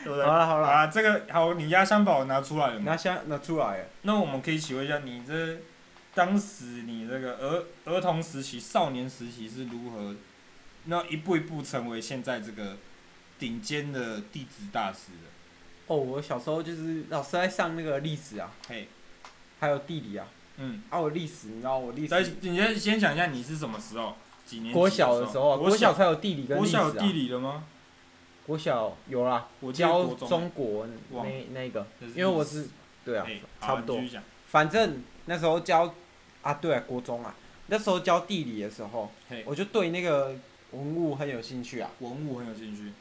Speaker 1: 对？
Speaker 3: 了好了，
Speaker 1: 啊，这个好，你压箱宝拿出来了吗？
Speaker 3: 拿下拿出来了，
Speaker 1: 那我们可以请问一下，你这当时你这个儿儿童时期、少年时期是如何，那一步一步成为现在这个顶尖的地质大师的？
Speaker 3: 哦，我小时候就是老师在上那个历史啊，
Speaker 1: 嘿，
Speaker 3: 还有地理啊。
Speaker 1: 嗯，
Speaker 3: 啊，我历史，你知道我历
Speaker 1: 但
Speaker 3: 史
Speaker 1: 你先先讲一下你是什么时候？几年级
Speaker 3: 国小的时候啊，
Speaker 1: 国
Speaker 3: 国小才有地理跟
Speaker 1: 国
Speaker 3: 历史
Speaker 1: 小有地
Speaker 3: 啊。
Speaker 1: 理了吗？
Speaker 3: 国小有啦，
Speaker 1: 我记得
Speaker 3: 教
Speaker 1: 国中
Speaker 3: 中国
Speaker 1: 忘了
Speaker 3: 那那个，
Speaker 1: 就是
Speaker 3: 因为我是对啊
Speaker 1: 哎，
Speaker 3: 差
Speaker 1: 好
Speaker 3: 不多
Speaker 1: 你继续讲，
Speaker 3: 反正那时候教啊，对啊，国中啊，那时候教地理的时候
Speaker 1: 嘿，
Speaker 3: 我就对那个文物很有兴趣啊，
Speaker 1: 文物很有兴趣，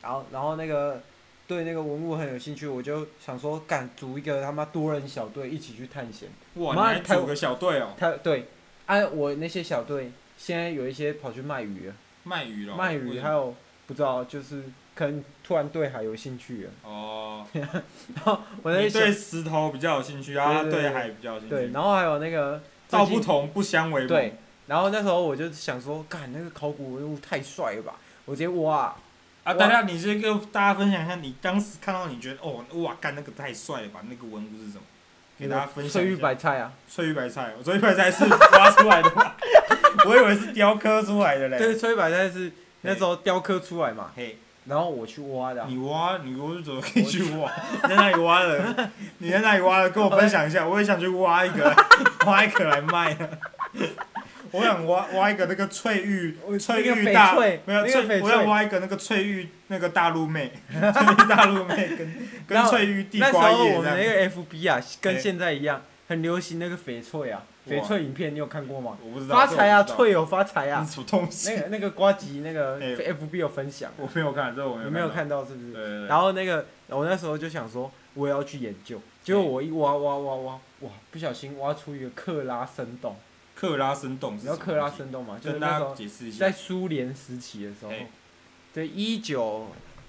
Speaker 3: 然后然后那个对那个文物很有兴趣，我就想说，敢组一个他妈多人小队一起去探险。
Speaker 1: 哇，你
Speaker 3: 妈
Speaker 1: 还
Speaker 3: 台
Speaker 1: 组个小队哦，
Speaker 3: 他对，啊，我那些小队现在有一些跑去卖鱼了。
Speaker 1: 卖鱼哦了，
Speaker 3: 卖鱼还有不知道，就是可能突然对海有兴趣了。
Speaker 1: 哦，
Speaker 3: 我在
Speaker 1: 你
Speaker 3: 想
Speaker 1: 对石头比较有兴趣啊，
Speaker 3: 对对对
Speaker 1: 对海比较有兴
Speaker 3: 对，
Speaker 1: 趣，
Speaker 3: 然后还有那个
Speaker 1: 道
Speaker 3: 最
Speaker 1: 不
Speaker 3: 近
Speaker 1: 同不相为谋，
Speaker 3: 对，然后那时候我就想说，干那个考古文物太帅了吧！我直接哇，
Speaker 1: 啊，
Speaker 3: 哇
Speaker 1: 等一下，你先跟大家分享一下，你当时看到你觉得哦，哇，干那个太帅了吧？那个文物是什么？给大家分享
Speaker 3: 翠玉
Speaker 1: 一下。
Speaker 3: 白菜啊，
Speaker 1: 翠玉白菜，我翠玉白菜是挖出来的吗，我以为是雕刻出来的
Speaker 3: 对，
Speaker 1: 嘞。
Speaker 3: 翠玉白菜是那时候雕刻出来嘛，
Speaker 1: 嘿，
Speaker 3: 然后我去挖的啊、
Speaker 1: 你挖，你我是怎么可以去挖？你在哪里挖 的？你在哪里挖的？跟我分享一下，我也想去挖一个， 挖一个来卖啊。我想挖挖一个那个翠玉
Speaker 3: 我
Speaker 1: 翠
Speaker 3: 那个
Speaker 1: 玉
Speaker 3: 翡
Speaker 1: 大
Speaker 3: 翠
Speaker 1: 没有
Speaker 3: 那个
Speaker 1: 翠，
Speaker 3: 翡
Speaker 1: 我想
Speaker 3: 翠
Speaker 1: 挖哦一个那个翠玉那个大陆妹， 翠玉大陆妹跟
Speaker 3: 然
Speaker 1: 跟
Speaker 3: 后
Speaker 1: 翠玉地
Speaker 3: 那时
Speaker 1: 瓜
Speaker 3: 候
Speaker 1: 叶
Speaker 3: 我
Speaker 1: 这
Speaker 3: 们那
Speaker 1: 样。
Speaker 3: 个 FB 啊，
Speaker 1: 哎
Speaker 3: 跟现在一样，很流行那个翡翠啊，翏
Speaker 1: 哇
Speaker 3: 翠影片你有看过吗？
Speaker 1: 我不知道
Speaker 3: 发财啊，
Speaker 1: 这我不知
Speaker 3: 翠有发财
Speaker 1: 道
Speaker 3: 啊
Speaker 1: 你，什么东西？
Speaker 3: 那个那个瓜吉那个
Speaker 1: 哎
Speaker 3: FB 有分享，
Speaker 1: 我没有看，这我
Speaker 3: 你
Speaker 1: 没
Speaker 3: 没有
Speaker 1: 看
Speaker 3: 看到是不
Speaker 1: 到。
Speaker 3: 是
Speaker 1: 对？对对，
Speaker 3: 然后那个我那时候就想说，我也要去研究，结果我一挖挖挖挖，哇，不小心挖出一个克拉深洞，
Speaker 1: 克拉生洞
Speaker 3: 你
Speaker 1: 是
Speaker 3: 知
Speaker 1: 什么
Speaker 3: 道克拉
Speaker 1: 东西
Speaker 3: 深洞吗？就是
Speaker 1: 跟
Speaker 3: 那
Speaker 1: 大
Speaker 3: 时
Speaker 1: 家
Speaker 3: 候
Speaker 1: 解释一下
Speaker 3: 在，苏联时期的时候
Speaker 1: 哎，
Speaker 3: 对，一九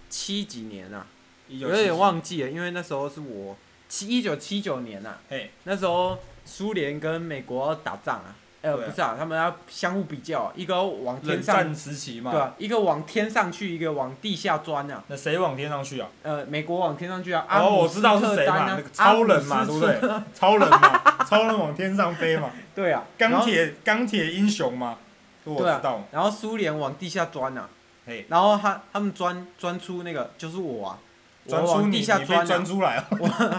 Speaker 3: 七几年啊，
Speaker 1: 有
Speaker 3: 有点忘记了，因为那时候是我七一九七九年啊，
Speaker 1: 嘿，
Speaker 3: 那时候苏联跟美国要打仗啊，哎、呃，
Speaker 1: 对啊
Speaker 3: 不是啊，他们要相互比较啊，一个往天
Speaker 1: 冷
Speaker 3: 上，
Speaker 1: 战时期嘛，
Speaker 3: 对啊，一个往天上去，一个往地下钻啊。
Speaker 1: 那谁往天上去啊？
Speaker 3: 呃，美国往天上去啊，阿
Speaker 1: 哦，
Speaker 3: 姆
Speaker 1: 我
Speaker 3: 斯
Speaker 1: 知道是
Speaker 3: 特
Speaker 1: 谁
Speaker 3: 丹
Speaker 1: 嘛，
Speaker 3: 啊
Speaker 1: 那个，超人嘛，
Speaker 3: 阿
Speaker 1: 对
Speaker 3: 姆
Speaker 1: 不
Speaker 3: 斯
Speaker 1: 对？ 超人嘛，超人往天上飞嘛，
Speaker 3: 对啊， 然
Speaker 1: 钢
Speaker 3: 后
Speaker 1: 铁钢铁英雄嘛，这我
Speaker 3: 对啊
Speaker 1: 知道嘛。
Speaker 3: 然后苏联往地下钻啊，
Speaker 1: 嘿，
Speaker 3: 然后他他们钻钻出那个就是我啊，我
Speaker 1: 钻出
Speaker 3: 往
Speaker 1: 你，
Speaker 3: 地下
Speaker 1: 你被
Speaker 3: 钻
Speaker 1: 钻
Speaker 3: 啊，
Speaker 1: 出来 哦。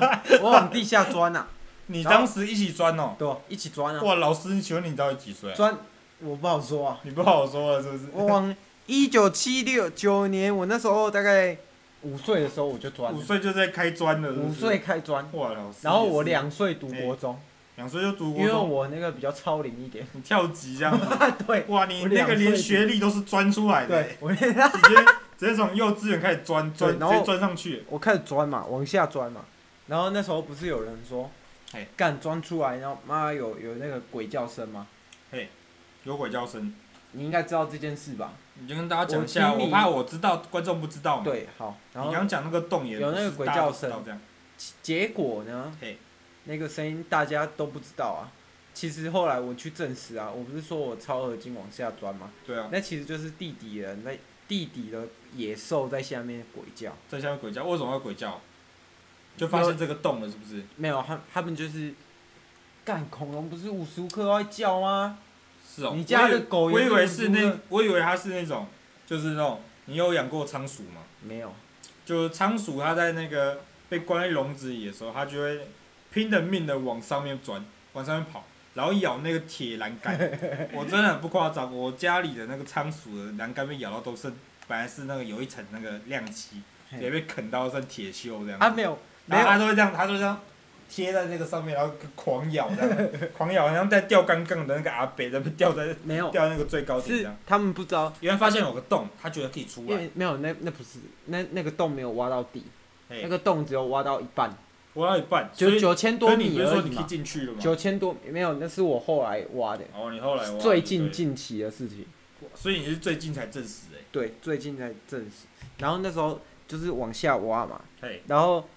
Speaker 3: 我往地下钻啊，
Speaker 1: 你
Speaker 3: 然后
Speaker 1: 当时一起钻哦。
Speaker 3: 对啊，一起钻啊，
Speaker 1: 哇，老师，请问你到底几岁啊？
Speaker 3: 钻我不好说啊，
Speaker 1: 你不好说了是不是？
Speaker 3: 我往一九七六九年，我那时候大概五岁的时候我就钻
Speaker 1: 五
Speaker 3: 了，
Speaker 1: 岁就在开砖了是不
Speaker 3: 五
Speaker 1: 是。
Speaker 3: 岁开砖，
Speaker 1: 哇，老师。
Speaker 3: 然后我两岁读
Speaker 1: 哎
Speaker 3: 国中，
Speaker 1: 两岁就哎读
Speaker 3: 因
Speaker 1: 国
Speaker 3: 为
Speaker 1: 中，
Speaker 3: 我那个比较超龄一点，
Speaker 1: 你跳级这样子。
Speaker 3: 对
Speaker 1: 哇，你
Speaker 3: 我
Speaker 1: 那
Speaker 3: 两
Speaker 1: 个
Speaker 3: 岁
Speaker 1: 连
Speaker 3: 读
Speaker 1: 学历都是钻出来的，
Speaker 3: 对，我
Speaker 1: 直接直接从幼稚园开始钻钻，
Speaker 3: 对
Speaker 1: 直
Speaker 3: 然后
Speaker 1: 接钻上去。
Speaker 3: 我开始钻嘛，往下钻嘛，然后那时候不是有人说
Speaker 1: 嘿，
Speaker 3: 干钻出来，然后妈有有那个鬼叫声吗？
Speaker 1: 有鬼叫声，
Speaker 3: 你应该知道这件事吧？
Speaker 1: 你就跟大家讲一下，
Speaker 3: 我
Speaker 1: 我
Speaker 3: 听你
Speaker 1: 怕我知道观众不知道嘛。
Speaker 3: 对，好，然
Speaker 1: 哦你
Speaker 3: 后
Speaker 1: 刚讲那个洞也
Speaker 3: 有那个
Speaker 1: 不是
Speaker 3: 鬼
Speaker 1: 大家
Speaker 3: 叫
Speaker 1: 都知道
Speaker 3: 声
Speaker 1: 这样。
Speaker 3: 结果呢
Speaker 1: 嘿？
Speaker 3: 那个声音大家都不知道啊。其实后来我去证实啊，我不是说我超合金往下钻吗？
Speaker 1: 对啊，
Speaker 3: 那其实就是地底人在地底的野兽在下面鬼叫，
Speaker 1: 在下面鬼叫，为什么要鬼叫？就发现这个洞了，是不是？
Speaker 3: 没有他他们就是干恐龙不是无时无刻都在叫吗？
Speaker 1: 是哦。
Speaker 3: 你家的狗
Speaker 1: 我以
Speaker 3: 也
Speaker 1: 为我以为
Speaker 3: 无时
Speaker 1: 是
Speaker 3: 无刻
Speaker 1: 那，我以为它是那种，就是那种，你有养过仓鼠吗？
Speaker 3: 没有
Speaker 1: 就是仓鼠它在那个被关在笼子里的时候，它就会拼了命的往上面钻，往上面跑，然后咬那个铁栏 杆。我真的很不夸张，我家里的那个仓鼠的栏杆被咬到都剩，本来是那个有一层那个亮漆，
Speaker 3: 嘿
Speaker 1: 直接被啃到剩铁锈这样。
Speaker 3: 啊没有没
Speaker 1: 然后它
Speaker 3: 有
Speaker 1: 都会这样，它就这样贴在那个上面，然后狂咬这样，狂咬，好像在吊杆杠的那个阿北在那边吊在
Speaker 3: 没有
Speaker 1: 吊在那个最高点这
Speaker 3: 是
Speaker 1: 样。
Speaker 3: 他们不知道，
Speaker 1: 原来发现有个洞，它觉得可以出
Speaker 3: 因
Speaker 1: 来。
Speaker 3: 为没有那那不是那那个洞没有挖到底，
Speaker 1: 嘿
Speaker 3: 那个洞只有挖到一半，
Speaker 1: 挖到一半，所
Speaker 3: 就
Speaker 1: 以
Speaker 3: 九千
Speaker 1: 所
Speaker 3: 多
Speaker 1: 以你
Speaker 3: 米
Speaker 1: 不是
Speaker 3: 而
Speaker 1: 说
Speaker 3: 已
Speaker 1: 你可以
Speaker 3: 嘛，
Speaker 1: 进去了吗？
Speaker 3: 九千多没有，那是我后来挖的，
Speaker 1: 哦，你后来挖
Speaker 3: 最近，
Speaker 1: 对
Speaker 3: 近期的事情，
Speaker 1: 不对所以你是最近才证实哎、
Speaker 3: 对，最近才证实。然后那时候就是往下挖嘛，
Speaker 1: 嘿，
Speaker 3: 然后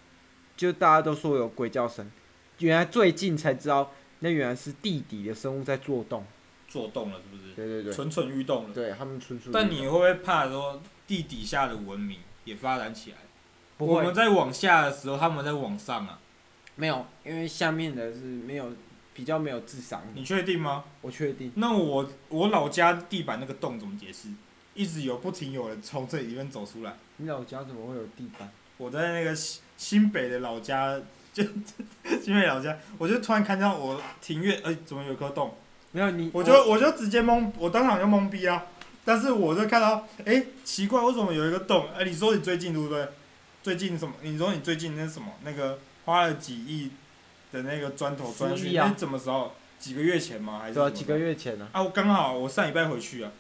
Speaker 3: 就大家都说有鬼叫声，原来最近才知道，那原来是地底的生物在做动。
Speaker 1: 做动了是不是？
Speaker 3: 对对对，
Speaker 1: 蠢蠢欲动了。
Speaker 3: 对他们纯属。
Speaker 1: 但你会不会怕说地底下的文明也发展起来？
Speaker 3: 不
Speaker 1: 我
Speaker 3: 会
Speaker 1: 们在往下的时候，他们在往上啊。
Speaker 3: 没有，因为下面的是没有比较没有智商的，
Speaker 1: 你确定吗？
Speaker 3: 我确定。
Speaker 1: 那我我老家地板那个洞怎么解释？一直有不停有人从这里面走出来。
Speaker 3: 你老家怎么会有地板？
Speaker 1: 我在那个新新北的老家，就 新北老家，我就突然看到我庭院，哎、怎么有一颗洞？
Speaker 3: 没有你，
Speaker 1: 我就我就直接懵，我当场就懵逼啊！但是我就看到，哎、奇怪，为什么有一个洞？哎、你说你最近对不对？最近什么？你说你最近那什么那个花了几亿的那个砖头砖
Speaker 3: 十
Speaker 1: 去？
Speaker 3: 亿啊
Speaker 1: 那是什么时候？几个月前吗？还是
Speaker 3: 对啊，
Speaker 1: 什么
Speaker 3: 几个月前呢、
Speaker 1: 啊，我刚好我上礼拜回去啊，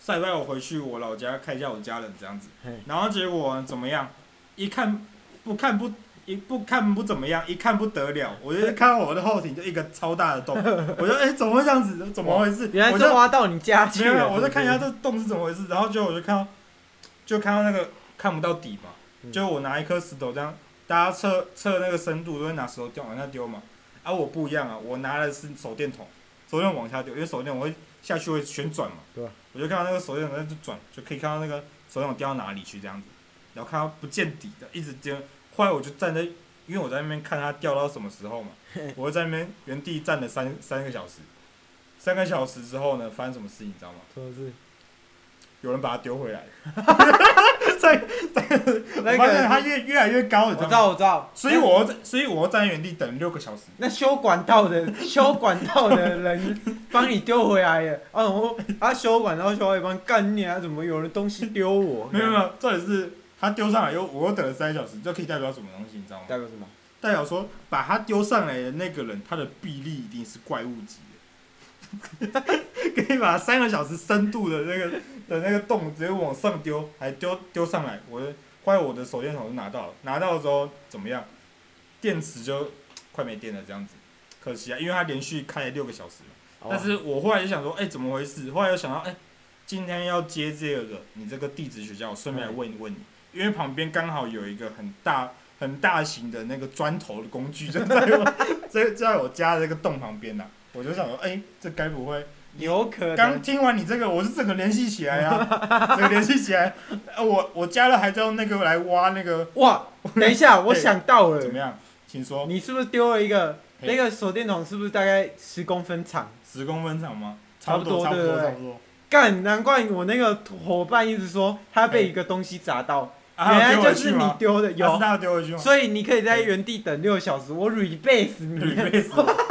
Speaker 1: 上礼拜我回去我老家看一下我家人这样子
Speaker 3: 嘿，
Speaker 1: 然后结果怎么样？一看不看不一不看不怎么样，一看不得了，我就看到我的后庭就一个超大 的洞，我就哎、怎么会这样子？怎么回事？
Speaker 3: 原来
Speaker 1: 我
Speaker 3: 是
Speaker 1: 就
Speaker 3: 挖到你家去
Speaker 1: 没有没
Speaker 3: 了。
Speaker 1: 有，我就看一下
Speaker 3: 对
Speaker 1: 这洞是怎么回事，然后结果我就看到就看到那个看不到底嘛，
Speaker 3: 嗯
Speaker 1: 就我拿一颗石头这样，大家测测那个深度都会拿石头丢往下丢嘛，啊我不一样啊，我拿的是手电筒，手电筒往下丢，因为手电筒会下去会旋转嘛，
Speaker 3: 对啊
Speaker 1: 我就看到那个手电筒在这转，就可以看到那个手电筒掉到哪里去这样子，然后看到不见底的，一直丢，后来我就站在，因为我在那边看它掉到什么时 候嘛，我就在那边原地站了三三个小时，三个小时之后呢，发生什么事情你知道吗？
Speaker 3: 不对是
Speaker 1: 有人把它丢回 来，在
Speaker 3: 那
Speaker 1: 发现它
Speaker 3: 个，
Speaker 1: 越越来越高，
Speaker 3: 我
Speaker 1: 你知道吗？
Speaker 3: 知道我知道，
Speaker 1: 所以我要在，所以我要站在原地等六个小时。
Speaker 3: 那修管道的 修管道的人帮你丢回来了，啊，然后啊修管道修到一半，干你啊，怎么有人东西丢我？
Speaker 1: 没有没有，重点是它丢上来又我又等了三小时，这可以代表什么东西，你知道吗？
Speaker 3: 代表什么？
Speaker 1: 代表说把它丢上来的那个人，他的臂力一定是怪物级的， 可以把三个小时深度的那个的那个洞直接往上丢，还丢丢上来。我的，后来我的手电筒就拿到了，拿到之后怎么样？电池就快没电了，这样子，可惜啊，因为它连续开了六个小时。但是我后来就想说，哎、怎么回事？后来又想到，哎、今天要接这个你这个地质学家，我顺便来问一问你，因为旁边刚好有一个很大 很大型的那个砖头的工具，就在我在在我家的这个洞旁边呐、我就想说，哎、这该不会
Speaker 3: 有可
Speaker 1: 刚
Speaker 3: 能
Speaker 1: 听完你这个，我是整个联系起来啊， 整个联系起来，呃我我加了还是用那个来挖那个
Speaker 3: 哇！等一下，我想到了
Speaker 1: 怎，么样？请说，
Speaker 3: 你是不是丢了一个
Speaker 1: 嘿
Speaker 3: 那个手电筒？是不是大概十公分长？
Speaker 1: 十公分长吗？
Speaker 3: 差
Speaker 1: 差
Speaker 3: 不
Speaker 1: 不
Speaker 3: 多
Speaker 1: 多，差不
Speaker 3: 对不
Speaker 1: 多，
Speaker 3: 对
Speaker 1: 差不多。
Speaker 3: 干，难怪我那个伙伴一直说他被一个东西砸到，
Speaker 1: 啊
Speaker 3: 原来
Speaker 1: 有丢
Speaker 3: 就
Speaker 1: 回
Speaker 3: 是
Speaker 1: 去
Speaker 3: 你
Speaker 1: 吗？
Speaker 3: 丢的，
Speaker 1: 啊是
Speaker 3: 有，
Speaker 1: 他有丢回去吗？
Speaker 3: 所以你可以在原地等六小时，我 rebase
Speaker 1: 你被死
Speaker 3: 你。
Speaker 1: 了，你被死了。哦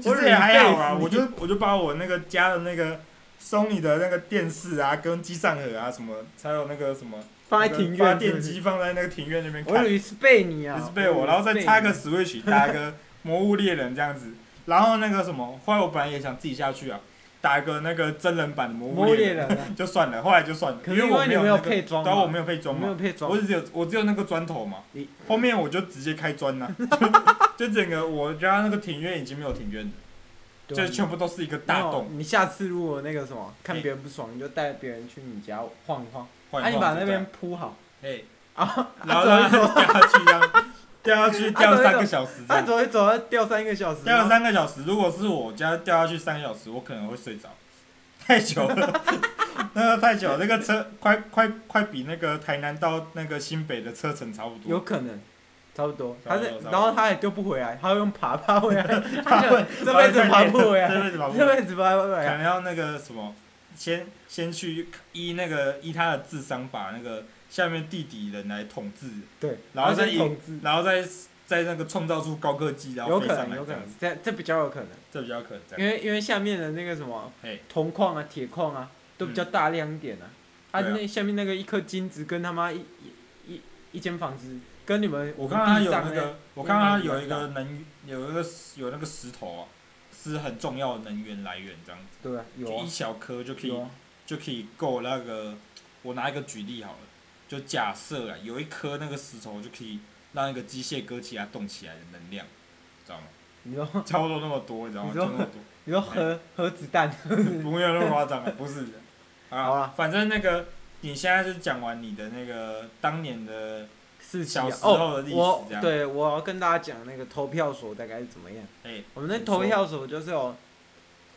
Speaker 1: 其实也还好啊，我就我就把我那个家的那个 Sony 的那个电视啊，跟机上盒啊什么，还有那个什么
Speaker 3: 放在庭
Speaker 1: 那个发
Speaker 3: 院是
Speaker 1: 电
Speaker 3: 不是，
Speaker 1: 机放在那个庭院那边
Speaker 3: 我
Speaker 1: 看，
Speaker 3: respect 你啊
Speaker 1: 就是被我，然后再
Speaker 3: respect
Speaker 1: 插个
Speaker 3: 你
Speaker 1: Switch 打 个魔物猎人这样子，然后那个什么，后来我本来也想自己下去啊，打个那个真人版的魔
Speaker 3: 魔
Speaker 1: 物
Speaker 3: 物
Speaker 1: 猎
Speaker 3: 猎
Speaker 1: 人
Speaker 3: 人啊，
Speaker 1: 就算了，后来就算了，
Speaker 3: 可是因
Speaker 1: 我
Speaker 3: 为你
Speaker 1: 有
Speaker 3: 没
Speaker 1: 那
Speaker 3: 有
Speaker 1: 个
Speaker 3: 配装嘛，
Speaker 1: 对啊，我没有配装
Speaker 3: 你没
Speaker 1: 嘛
Speaker 3: 有，配装
Speaker 1: 我，只有我只有那个砖头嘛
Speaker 3: 你，
Speaker 1: 后面我就直接开砖 呐、就就整个我家那个庭院已经没有庭院了，
Speaker 3: 对
Speaker 1: 就
Speaker 3: 啊
Speaker 1: 全部都是一个大洞。
Speaker 3: 没有你下次如果那个什么看
Speaker 1: 嘿
Speaker 3: 别人不爽，你就带别人去你家晃一晃，
Speaker 1: 换
Speaker 3: 啊，
Speaker 1: 一
Speaker 3: 你
Speaker 1: 换就
Speaker 3: 把那
Speaker 1: 这
Speaker 3: 边
Speaker 1: 样，
Speaker 3: 铺好，
Speaker 1: 嘿，
Speaker 3: 啊，
Speaker 1: 然后
Speaker 3: 啊
Speaker 1: 让它掉下去，这样掉下去掉三个小时这
Speaker 3: 他
Speaker 1: 样，
Speaker 3: 啊走一走要掉三个小时，
Speaker 1: 掉了啊三个小时。如果是我家掉下去三个小时，我可能会睡着， 太久了， 那个太久了，那个车快快快比那个台南到那个新北的车程差不
Speaker 3: 有
Speaker 1: 多，
Speaker 3: 可能，差不多，
Speaker 1: 差
Speaker 3: 他
Speaker 1: 不多
Speaker 3: 是
Speaker 1: 差不，多
Speaker 3: 然后他也丢不回来，他会用爬爬回来，
Speaker 1: 爬不
Speaker 3: 这辈子爬不回
Speaker 1: 这
Speaker 3: 来，
Speaker 1: 辈子跑不回
Speaker 3: 这
Speaker 1: 来。
Speaker 3: 辈子爬不回
Speaker 1: 可
Speaker 3: 来，
Speaker 1: 能要那个什么，先先去依那个依他的智商，把那个下面地底人来统治，
Speaker 3: 对，
Speaker 1: 然后再
Speaker 3: 先
Speaker 1: 引
Speaker 3: 统治，
Speaker 1: 然后再再那个创造出高科技，然后
Speaker 3: 有
Speaker 1: 飞
Speaker 3: 可
Speaker 1: 上
Speaker 3: 能，
Speaker 1: 来
Speaker 3: 有可
Speaker 1: 这样
Speaker 3: 能
Speaker 1: 子，，
Speaker 3: 这这比较有可能，
Speaker 1: 这比较可能。这
Speaker 3: 因
Speaker 1: 样
Speaker 3: 为因为下面的那个什么
Speaker 1: 嘿
Speaker 3: 铜矿啊、铁矿啊，都比较大量一点啊，啊，
Speaker 1: 对啊
Speaker 3: 那下面那个一颗金子跟他妈一一一一间房子，跟你们
Speaker 1: 我看到他有那
Speaker 3: 地上
Speaker 1: 个，我看到他有一个能有一个有那个石头啊，是很重要的能源来源，这样子，
Speaker 3: 对啊，有
Speaker 1: 就
Speaker 3: 啊
Speaker 1: 一小颗就可以
Speaker 3: 有啊，
Speaker 1: 就可以够那个，我拿一个举例好了，就假设啊，有一颗那个石头就可以让一个机械哥吉拉动起来的能量，知 道吗？
Speaker 3: 你说
Speaker 1: 差不多那么多，你知道吗？
Speaker 3: 你
Speaker 1: 就
Speaker 3: 说
Speaker 1: 那么多，
Speaker 3: 你说啊核核子弹，
Speaker 1: 不用那么夸张啊，不是。
Speaker 3: 好
Speaker 1: 啊
Speaker 3: 啊，
Speaker 1: 反正那个你现在是讲完你的那个当年的
Speaker 3: 是
Speaker 1: 小时
Speaker 3: 哦，
Speaker 1: 候的历史
Speaker 3: 我
Speaker 1: 这样，
Speaker 3: 对我要跟大家讲那个投票所大概是怎么样。
Speaker 1: 哎，
Speaker 3: 我们那
Speaker 1: 你
Speaker 3: 投
Speaker 1: 说
Speaker 3: 票所就是有，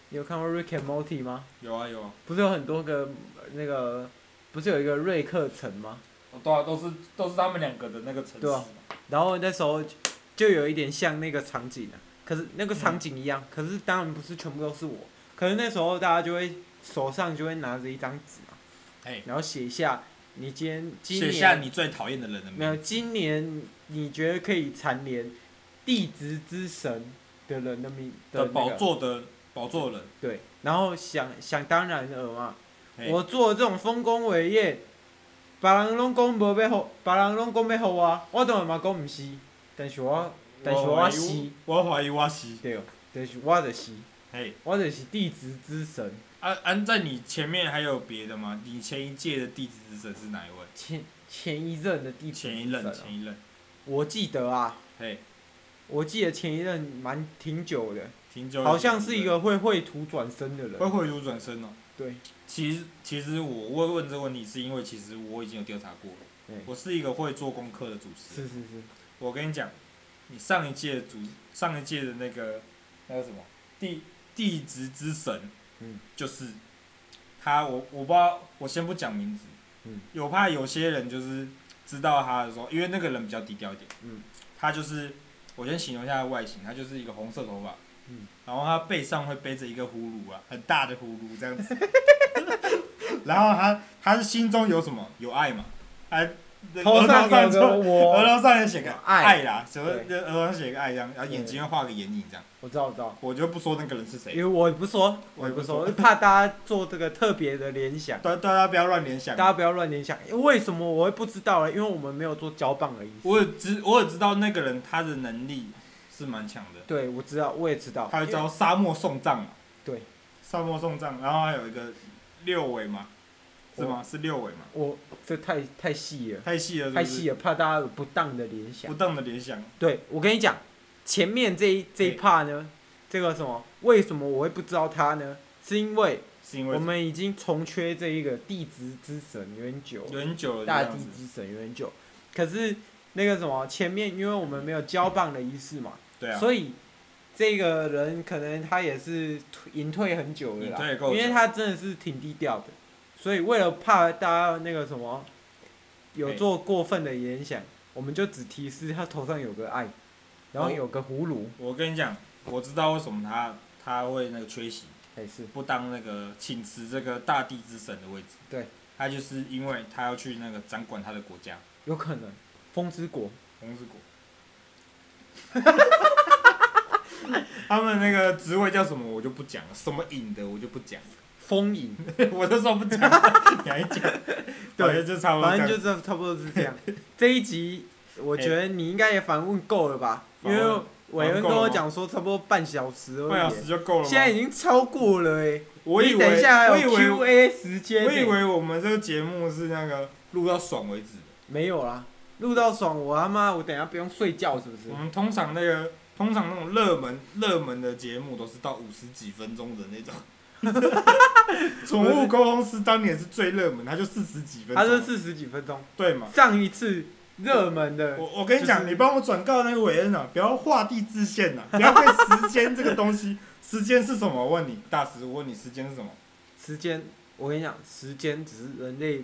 Speaker 3: 你有看过 Rick and Morty 吗？
Speaker 1: 有啊有啊，
Speaker 3: 不是有很多个呃那个，不是有一个瑞克城吗？
Speaker 1: 对啊，都是都是他们两个的那个城市
Speaker 3: 对啊
Speaker 1: 嘛，
Speaker 3: 然后那时候就就有一点像那个场景啊，可是那个场景一样，可是当然不是全部都是我，可是那时候大家就会手上就会拿着一张纸嘛，
Speaker 1: 哎
Speaker 3: 然后写一下你今天今
Speaker 1: 写
Speaker 3: 年
Speaker 1: 下你最讨厌的人的
Speaker 3: 没有，
Speaker 1: 名字，
Speaker 3: 今年你觉得可以蝉联地质之神的人的名
Speaker 1: 的
Speaker 3: 那
Speaker 1: 宝
Speaker 3: 个
Speaker 1: 座的宝座人，
Speaker 3: 对，然后想想当然尔嘛，
Speaker 1: 嘿
Speaker 3: 我做这种丰功伟业，别人拢讲无要好，别人拢讲要好我，我当然嘛讲毋是，但是我但是我
Speaker 1: 怀
Speaker 3: 是
Speaker 1: 疑，我怀疑我是，
Speaker 3: 对，但是我就是
Speaker 1: 嘿，
Speaker 3: 我就是地质之神，
Speaker 1: 安安在你前面还有别的吗？你前一届的地址之神是哪一位？
Speaker 3: 前前一任的地质
Speaker 1: 前
Speaker 3: 之
Speaker 1: 一
Speaker 3: 神
Speaker 1: 任，
Speaker 3: 啊
Speaker 1: 前一任，
Speaker 3: 我记得啊，
Speaker 1: 嘿，
Speaker 3: 我记得前一任蛮挺久的，
Speaker 1: 挺久以前的人，
Speaker 3: 好像是一个会绘图转身的
Speaker 1: 会
Speaker 3: 人，
Speaker 1: 回炉转身哦。
Speaker 3: 对，
Speaker 1: 其实其实我会问这个问题，是因为其实我已经有调查过
Speaker 3: 对
Speaker 1: 了。我是一个会做功课的主持
Speaker 3: 是
Speaker 1: 人。
Speaker 3: 是是，
Speaker 1: 我跟你讲，你上一届的主上一届的那个那个什么地地质之神，
Speaker 3: 嗯，
Speaker 1: 就是他，我我不知道，我先不讲名字，
Speaker 3: 嗯，
Speaker 1: 有怕有些人就是知道他的时候，因为那个人比较低调一点，
Speaker 3: 嗯，
Speaker 1: 他就是我先形容一下他的外形，他就是一个红色头发，
Speaker 3: 嗯，
Speaker 1: 然后他背上会背着一个葫芦啊，很大的葫芦这样 子，然后他他是心中有什么有爱嘛，他
Speaker 3: 头上有
Speaker 1: 就
Speaker 3: 个我
Speaker 1: 额，头上面写个
Speaker 3: 爱
Speaker 1: 爱啦，什么
Speaker 3: 对
Speaker 1: 额头上写个爱这样，然后眼睛画个眼影这样。
Speaker 3: 我知道我知道。
Speaker 1: 我就不说那个人是
Speaker 3: 因
Speaker 1: 谁，
Speaker 3: 为我也不说，
Speaker 1: 我
Speaker 3: 我
Speaker 1: 也
Speaker 3: 也
Speaker 1: 不
Speaker 3: 不
Speaker 1: 说
Speaker 3: 说，怕大家做这个特别的联想，
Speaker 1: 大大家不要乱联想
Speaker 3: 大。家不要乱联想。因为为什么我会不知道呢？因为我们没有做交棒而已。
Speaker 1: 我也知我也知道那个人他的能力是蛮强的，
Speaker 3: 对，我知道，我也知道。
Speaker 1: 他会招沙漠送葬嘛。
Speaker 3: 对，
Speaker 1: 沙漠送葬，然后还有一个六尾嘛，是吗？是六尾嘛？
Speaker 3: 我这太太细了，
Speaker 1: 太细了是不
Speaker 3: 太
Speaker 1: 是，
Speaker 3: 细了，怕大家有不当的联想
Speaker 1: 不。当的联想。
Speaker 3: 对，我跟你讲，前面这一这一
Speaker 1: 对
Speaker 3: part 呢，这个什么，为什么我会不知道他呢？是因为
Speaker 1: 是因为
Speaker 3: 我们已经重缺这一个地质之神有点久了，
Speaker 1: 有很久了这
Speaker 3: 大
Speaker 1: 样
Speaker 3: 地
Speaker 1: 子，
Speaker 3: 之神有点久。可是那个什么，前面因为我们没有交棒的仪式嘛，
Speaker 1: 对啊，
Speaker 3: 所以这个人可能他也是退隐退很久了
Speaker 1: 隐
Speaker 3: 啦
Speaker 1: 退，够久
Speaker 3: 因为他真的是挺低调的，所以为了怕大家那个什么有
Speaker 1: 哎
Speaker 3: 做过分的联想，我们就只提示他头上有个爱，然后
Speaker 1: 哦
Speaker 3: 有个葫芦，
Speaker 1: 我跟你讲，我知道为什么他他会那个缺席，
Speaker 3: 还是
Speaker 1: 不当那个请辞这个大地之神的位置。
Speaker 3: 对，
Speaker 1: 他就是因为他要去那个掌管他的国家
Speaker 3: 有可能风之国
Speaker 1: 红之国。 他们那个职位叫什么，我就不讲了，什么影的我就不 讲，
Speaker 3: 风影，
Speaker 1: 我就说不讲了，你还讲？
Speaker 3: 对
Speaker 1: 反正就差不多这样
Speaker 3: 反正就。这差不多是这样。这一集我觉得你应该也反问够了 吧，因
Speaker 1: 访问
Speaker 3: 为伟
Speaker 1: 访问
Speaker 3: 恩
Speaker 1: 够
Speaker 3: 跟
Speaker 1: 了吗
Speaker 3: 我讲说差不多半小时
Speaker 1: 半
Speaker 3: 而
Speaker 1: 小
Speaker 3: 已
Speaker 1: 时。就够了吗。
Speaker 3: 现在已经超过了哎、欸，
Speaker 1: 我以
Speaker 3: 你
Speaker 1: 为，
Speaker 3: 等一下还
Speaker 1: 我以
Speaker 3: 有
Speaker 1: 为
Speaker 3: Q A 时间欸、
Speaker 1: 我以为我们这个节目是那个录到爽为止的。
Speaker 3: 没有啦，录到爽，我他妈我等一下不用睡觉是不是
Speaker 1: 我？们通常那个通常那种热门热门的节目都是到五十几分钟的 那种。宠物沟通师当年是最热门，它就四十几分钟，
Speaker 3: 他说四十几分钟，
Speaker 1: 对嘛？
Speaker 3: 上一次热门的
Speaker 1: 我我跟你讲，
Speaker 3: 就是
Speaker 1: 你帮我转告那个韦恩啊，不要画地自限呐、啊，不要被时间这个东西， 时间是什么？我问你，大师，我问你，时间是什么？
Speaker 3: 时间，我跟你讲，时间只是人类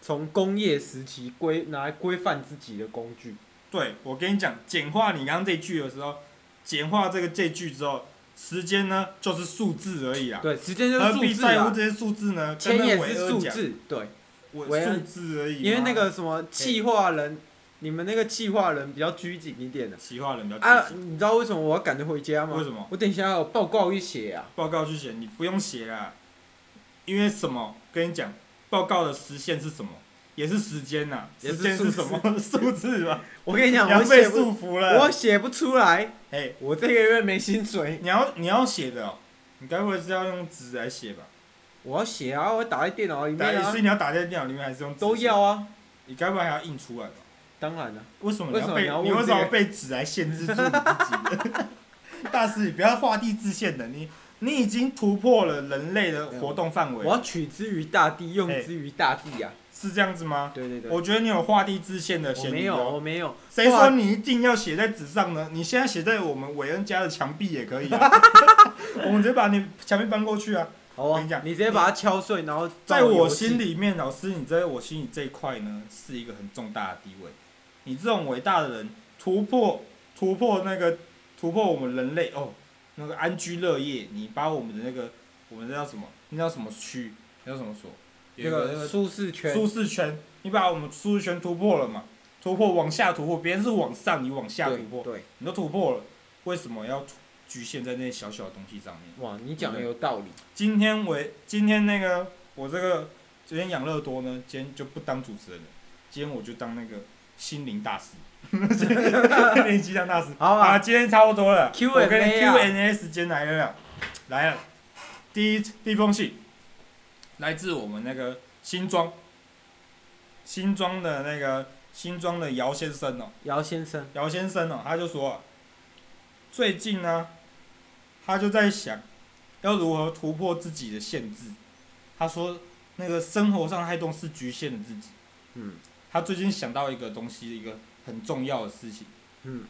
Speaker 3: 从工业时期规拿来规范自己的工具。
Speaker 1: 对，我跟你讲，简化你刚刚这句的时候，简化这个这句之后，时间呢就是数字而已啊。
Speaker 3: 对，时间就是
Speaker 1: 何
Speaker 3: 数
Speaker 1: 必
Speaker 3: 字
Speaker 1: 在乎
Speaker 3: 啊，
Speaker 1: 这些数字呢？
Speaker 3: 钱
Speaker 1: 跟那
Speaker 3: 也
Speaker 1: 韦
Speaker 3: 是
Speaker 1: 恩
Speaker 3: 数
Speaker 1: 讲，
Speaker 3: 字，对，
Speaker 1: 我
Speaker 3: 韦
Speaker 1: 数
Speaker 3: 恩
Speaker 1: 字而已嘛。
Speaker 3: 因为那个什么气化人，你们那个气化人比较拘谨一点的
Speaker 1: 企划人比较
Speaker 3: 啊，
Speaker 1: 积极。
Speaker 3: 你知道为什么我要赶着回家吗？
Speaker 1: 为什么？
Speaker 3: 我等一下还有报告一写啊。
Speaker 1: 报告去写，你不用写啦，因为什么？跟你讲，报告的时限是什么？也是时间呐、
Speaker 3: 也
Speaker 1: 时
Speaker 3: 是
Speaker 1: 间是什么？ 数字嘛，
Speaker 3: 我跟你 讲，
Speaker 1: 你要
Speaker 3: 我
Speaker 1: 被
Speaker 3: 写不，
Speaker 1: 束缚
Speaker 3: 我
Speaker 1: 了。
Speaker 3: 写不出来，
Speaker 1: 哎，
Speaker 3: 我这个月没薪水，
Speaker 1: 你要你要写的、哦，你该不会是要用纸来写吧？
Speaker 3: 我要写啊，我打在电脑里
Speaker 1: 打
Speaker 3: 面啊
Speaker 1: 所，以你要打在电脑里面还是用纸
Speaker 3: 都
Speaker 1: 写？
Speaker 3: 要啊，
Speaker 1: 你该不会还要印出来吧？
Speaker 3: 当然啊了，
Speaker 1: 为什么
Speaker 3: 为
Speaker 1: 你
Speaker 3: 什
Speaker 1: 要
Speaker 3: 么
Speaker 1: 被
Speaker 3: 你要
Speaker 1: 你
Speaker 3: 问
Speaker 1: 为什
Speaker 3: 这
Speaker 1: 么
Speaker 3: 个
Speaker 1: 被纸来限制住你自己？ 大师，你不要画地自限了，你你已经突破了人类的活动范
Speaker 3: 我
Speaker 1: 围，
Speaker 3: 要取之于大地，用之于大地啊，
Speaker 1: 是这样子吗？
Speaker 3: 对对对，
Speaker 1: 我觉得你有画地自限的
Speaker 3: 我
Speaker 1: 嫌
Speaker 3: 没
Speaker 1: 疑
Speaker 3: 有，
Speaker 1: 哦。
Speaker 3: 我没有，
Speaker 1: 谁说你一定要写在纸上呢？你现在写在我们韦恩家的墙壁也可以 啊，我们直接把你墙壁搬过去啊。
Speaker 3: 好
Speaker 1: 我
Speaker 3: 啊
Speaker 1: 跟你讲，
Speaker 3: 你直接把它敲碎，然后
Speaker 1: 在我心
Speaker 3: 里，
Speaker 1: 里面，老师，你在我心里这一块呢，是一个很重大的地位。你这种伟大的人，突破突破那个突破我们人类哦，那个安居乐业，你把我们的那个我们那叫什么？那叫什么区？那叫什么所？有
Speaker 3: 那
Speaker 1: 一
Speaker 3: 个
Speaker 1: 个
Speaker 3: 舒适
Speaker 1: 那个
Speaker 3: 圈，
Speaker 1: 舒适圈，你把我们舒适圈突破了嘛？突破往下突破，别人是往上，你往下突
Speaker 3: 对
Speaker 1: 破，
Speaker 3: 对，
Speaker 1: 你都突破了，为什么要突局限在那些小小的东西上面？
Speaker 3: 哇，你讲的有道理，
Speaker 1: 今天为今天那个我这个今天养乐多呢，今天就不当主持人了，今天我就当那个心灵大 师， 心灵鸡汤大师。
Speaker 3: 好啊
Speaker 1: 啊，今天差不多了
Speaker 3: Q&A
Speaker 1: 我跟你
Speaker 3: 啊
Speaker 1: Q&A 时间来了啦，来了，第一第一封信来自我们那个新庄，新庄的那个新庄的姚先生哦、
Speaker 3: 姚先生，
Speaker 1: 姚先生哦，他就说、啊，最近呢、他就在想，要如何突破自己的限制。他说，那个生活上太多是局限了自己。
Speaker 3: 嗯
Speaker 1: 他最近想到一个东西，一个很重要的事情。
Speaker 3: 嗯，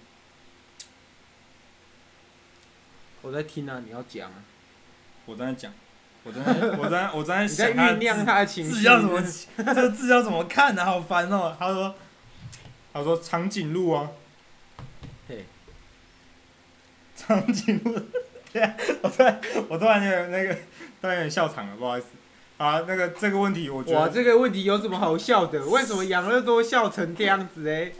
Speaker 3: 我在听啊，你要 讲啊，
Speaker 1: 我正在讲，我正在，我正在，我正在
Speaker 3: 你在
Speaker 1: 想他
Speaker 3: 酝
Speaker 1: 的
Speaker 3: 酿他的情
Speaker 1: 字
Speaker 3: 绪，
Speaker 1: 要怎么，这个字要怎么看呢、好烦哦、他说，他说长颈鹿啊，
Speaker 3: 嘿，
Speaker 1: 长颈鹿，对啊，我突然我突然有那个突然有点笑场了，不好意思。啊，那个这个问题，我觉
Speaker 3: 哇，
Speaker 1: 得
Speaker 3: 这个问题有什么好笑的？为什么养乐多笑成这样子哎、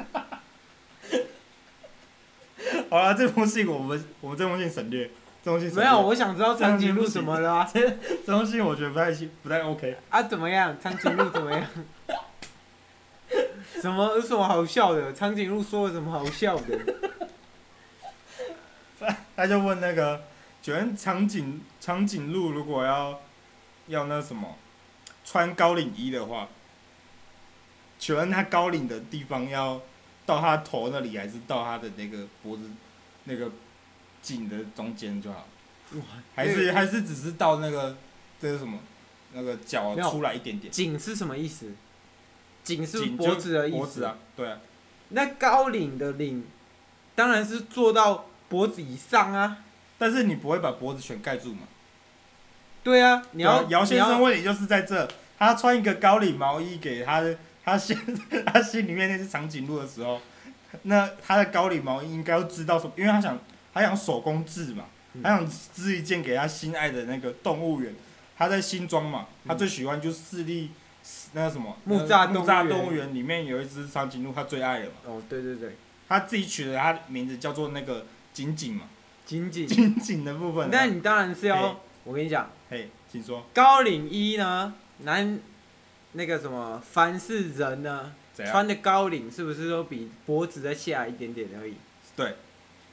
Speaker 1: 好了，这封信我们我们这封信省略，这封信省
Speaker 3: 没
Speaker 1: 略
Speaker 3: 有，，我想知道长颈鹿怎么了啊？
Speaker 1: 这封信我觉得不太行不太 OK。
Speaker 3: 啊，怎么样？长颈鹿怎么样？什么有什么好笑的？长颈鹿说了什么好笑的？
Speaker 1: 他就问那个，请问长颈长颈鹿如果要要那什么穿高领衣的话，请问他高领的地方要到他头那里，还是到他的那个脖子那个颈的中间就好？还是还是只是到那个这是什么那个脚
Speaker 3: 没有
Speaker 1: 出来一点点？
Speaker 3: 颈是什么意思？颈是
Speaker 1: 颈就啊
Speaker 3: 脖子的意思。
Speaker 1: 脖子啊，对啊，
Speaker 3: 那高领的领，当然是做到脖子以上啊。
Speaker 1: 但是你不会把脖子全盖住嘛？
Speaker 3: 对啊，你要
Speaker 1: 对啊姚先
Speaker 3: 你
Speaker 1: 生
Speaker 3: 要
Speaker 1: 问题就是在这，他穿一个高领毛衣给他的他心他心里面那只长颈鹿的时候，那他的高领毛衣应该要知道什么，因为他想他想手工制嘛，
Speaker 3: 嗯
Speaker 1: 他想织一件给他心爱的那个动物园，他在新庄嘛，
Speaker 3: 嗯
Speaker 1: 他最喜欢就是市立那个什么
Speaker 3: 木栅
Speaker 1: 木
Speaker 3: 动物园
Speaker 1: 栅动物园里面有一只长颈鹿，他最爱的嘛，
Speaker 3: 哦，对对对，
Speaker 1: 他自己取的他名字叫做那个锦锦嘛，
Speaker 3: 紧紧。
Speaker 1: 锦锦的部分啊，
Speaker 3: 那你当然是
Speaker 1: 嘿
Speaker 3: 要，我跟你讲，
Speaker 1: 嘿，请说
Speaker 3: 高领衣呢，男那个什么，凡是人呢，
Speaker 1: 怎样？
Speaker 3: 穿的高领是不是都比脖子再下来一点点而已？
Speaker 1: 对，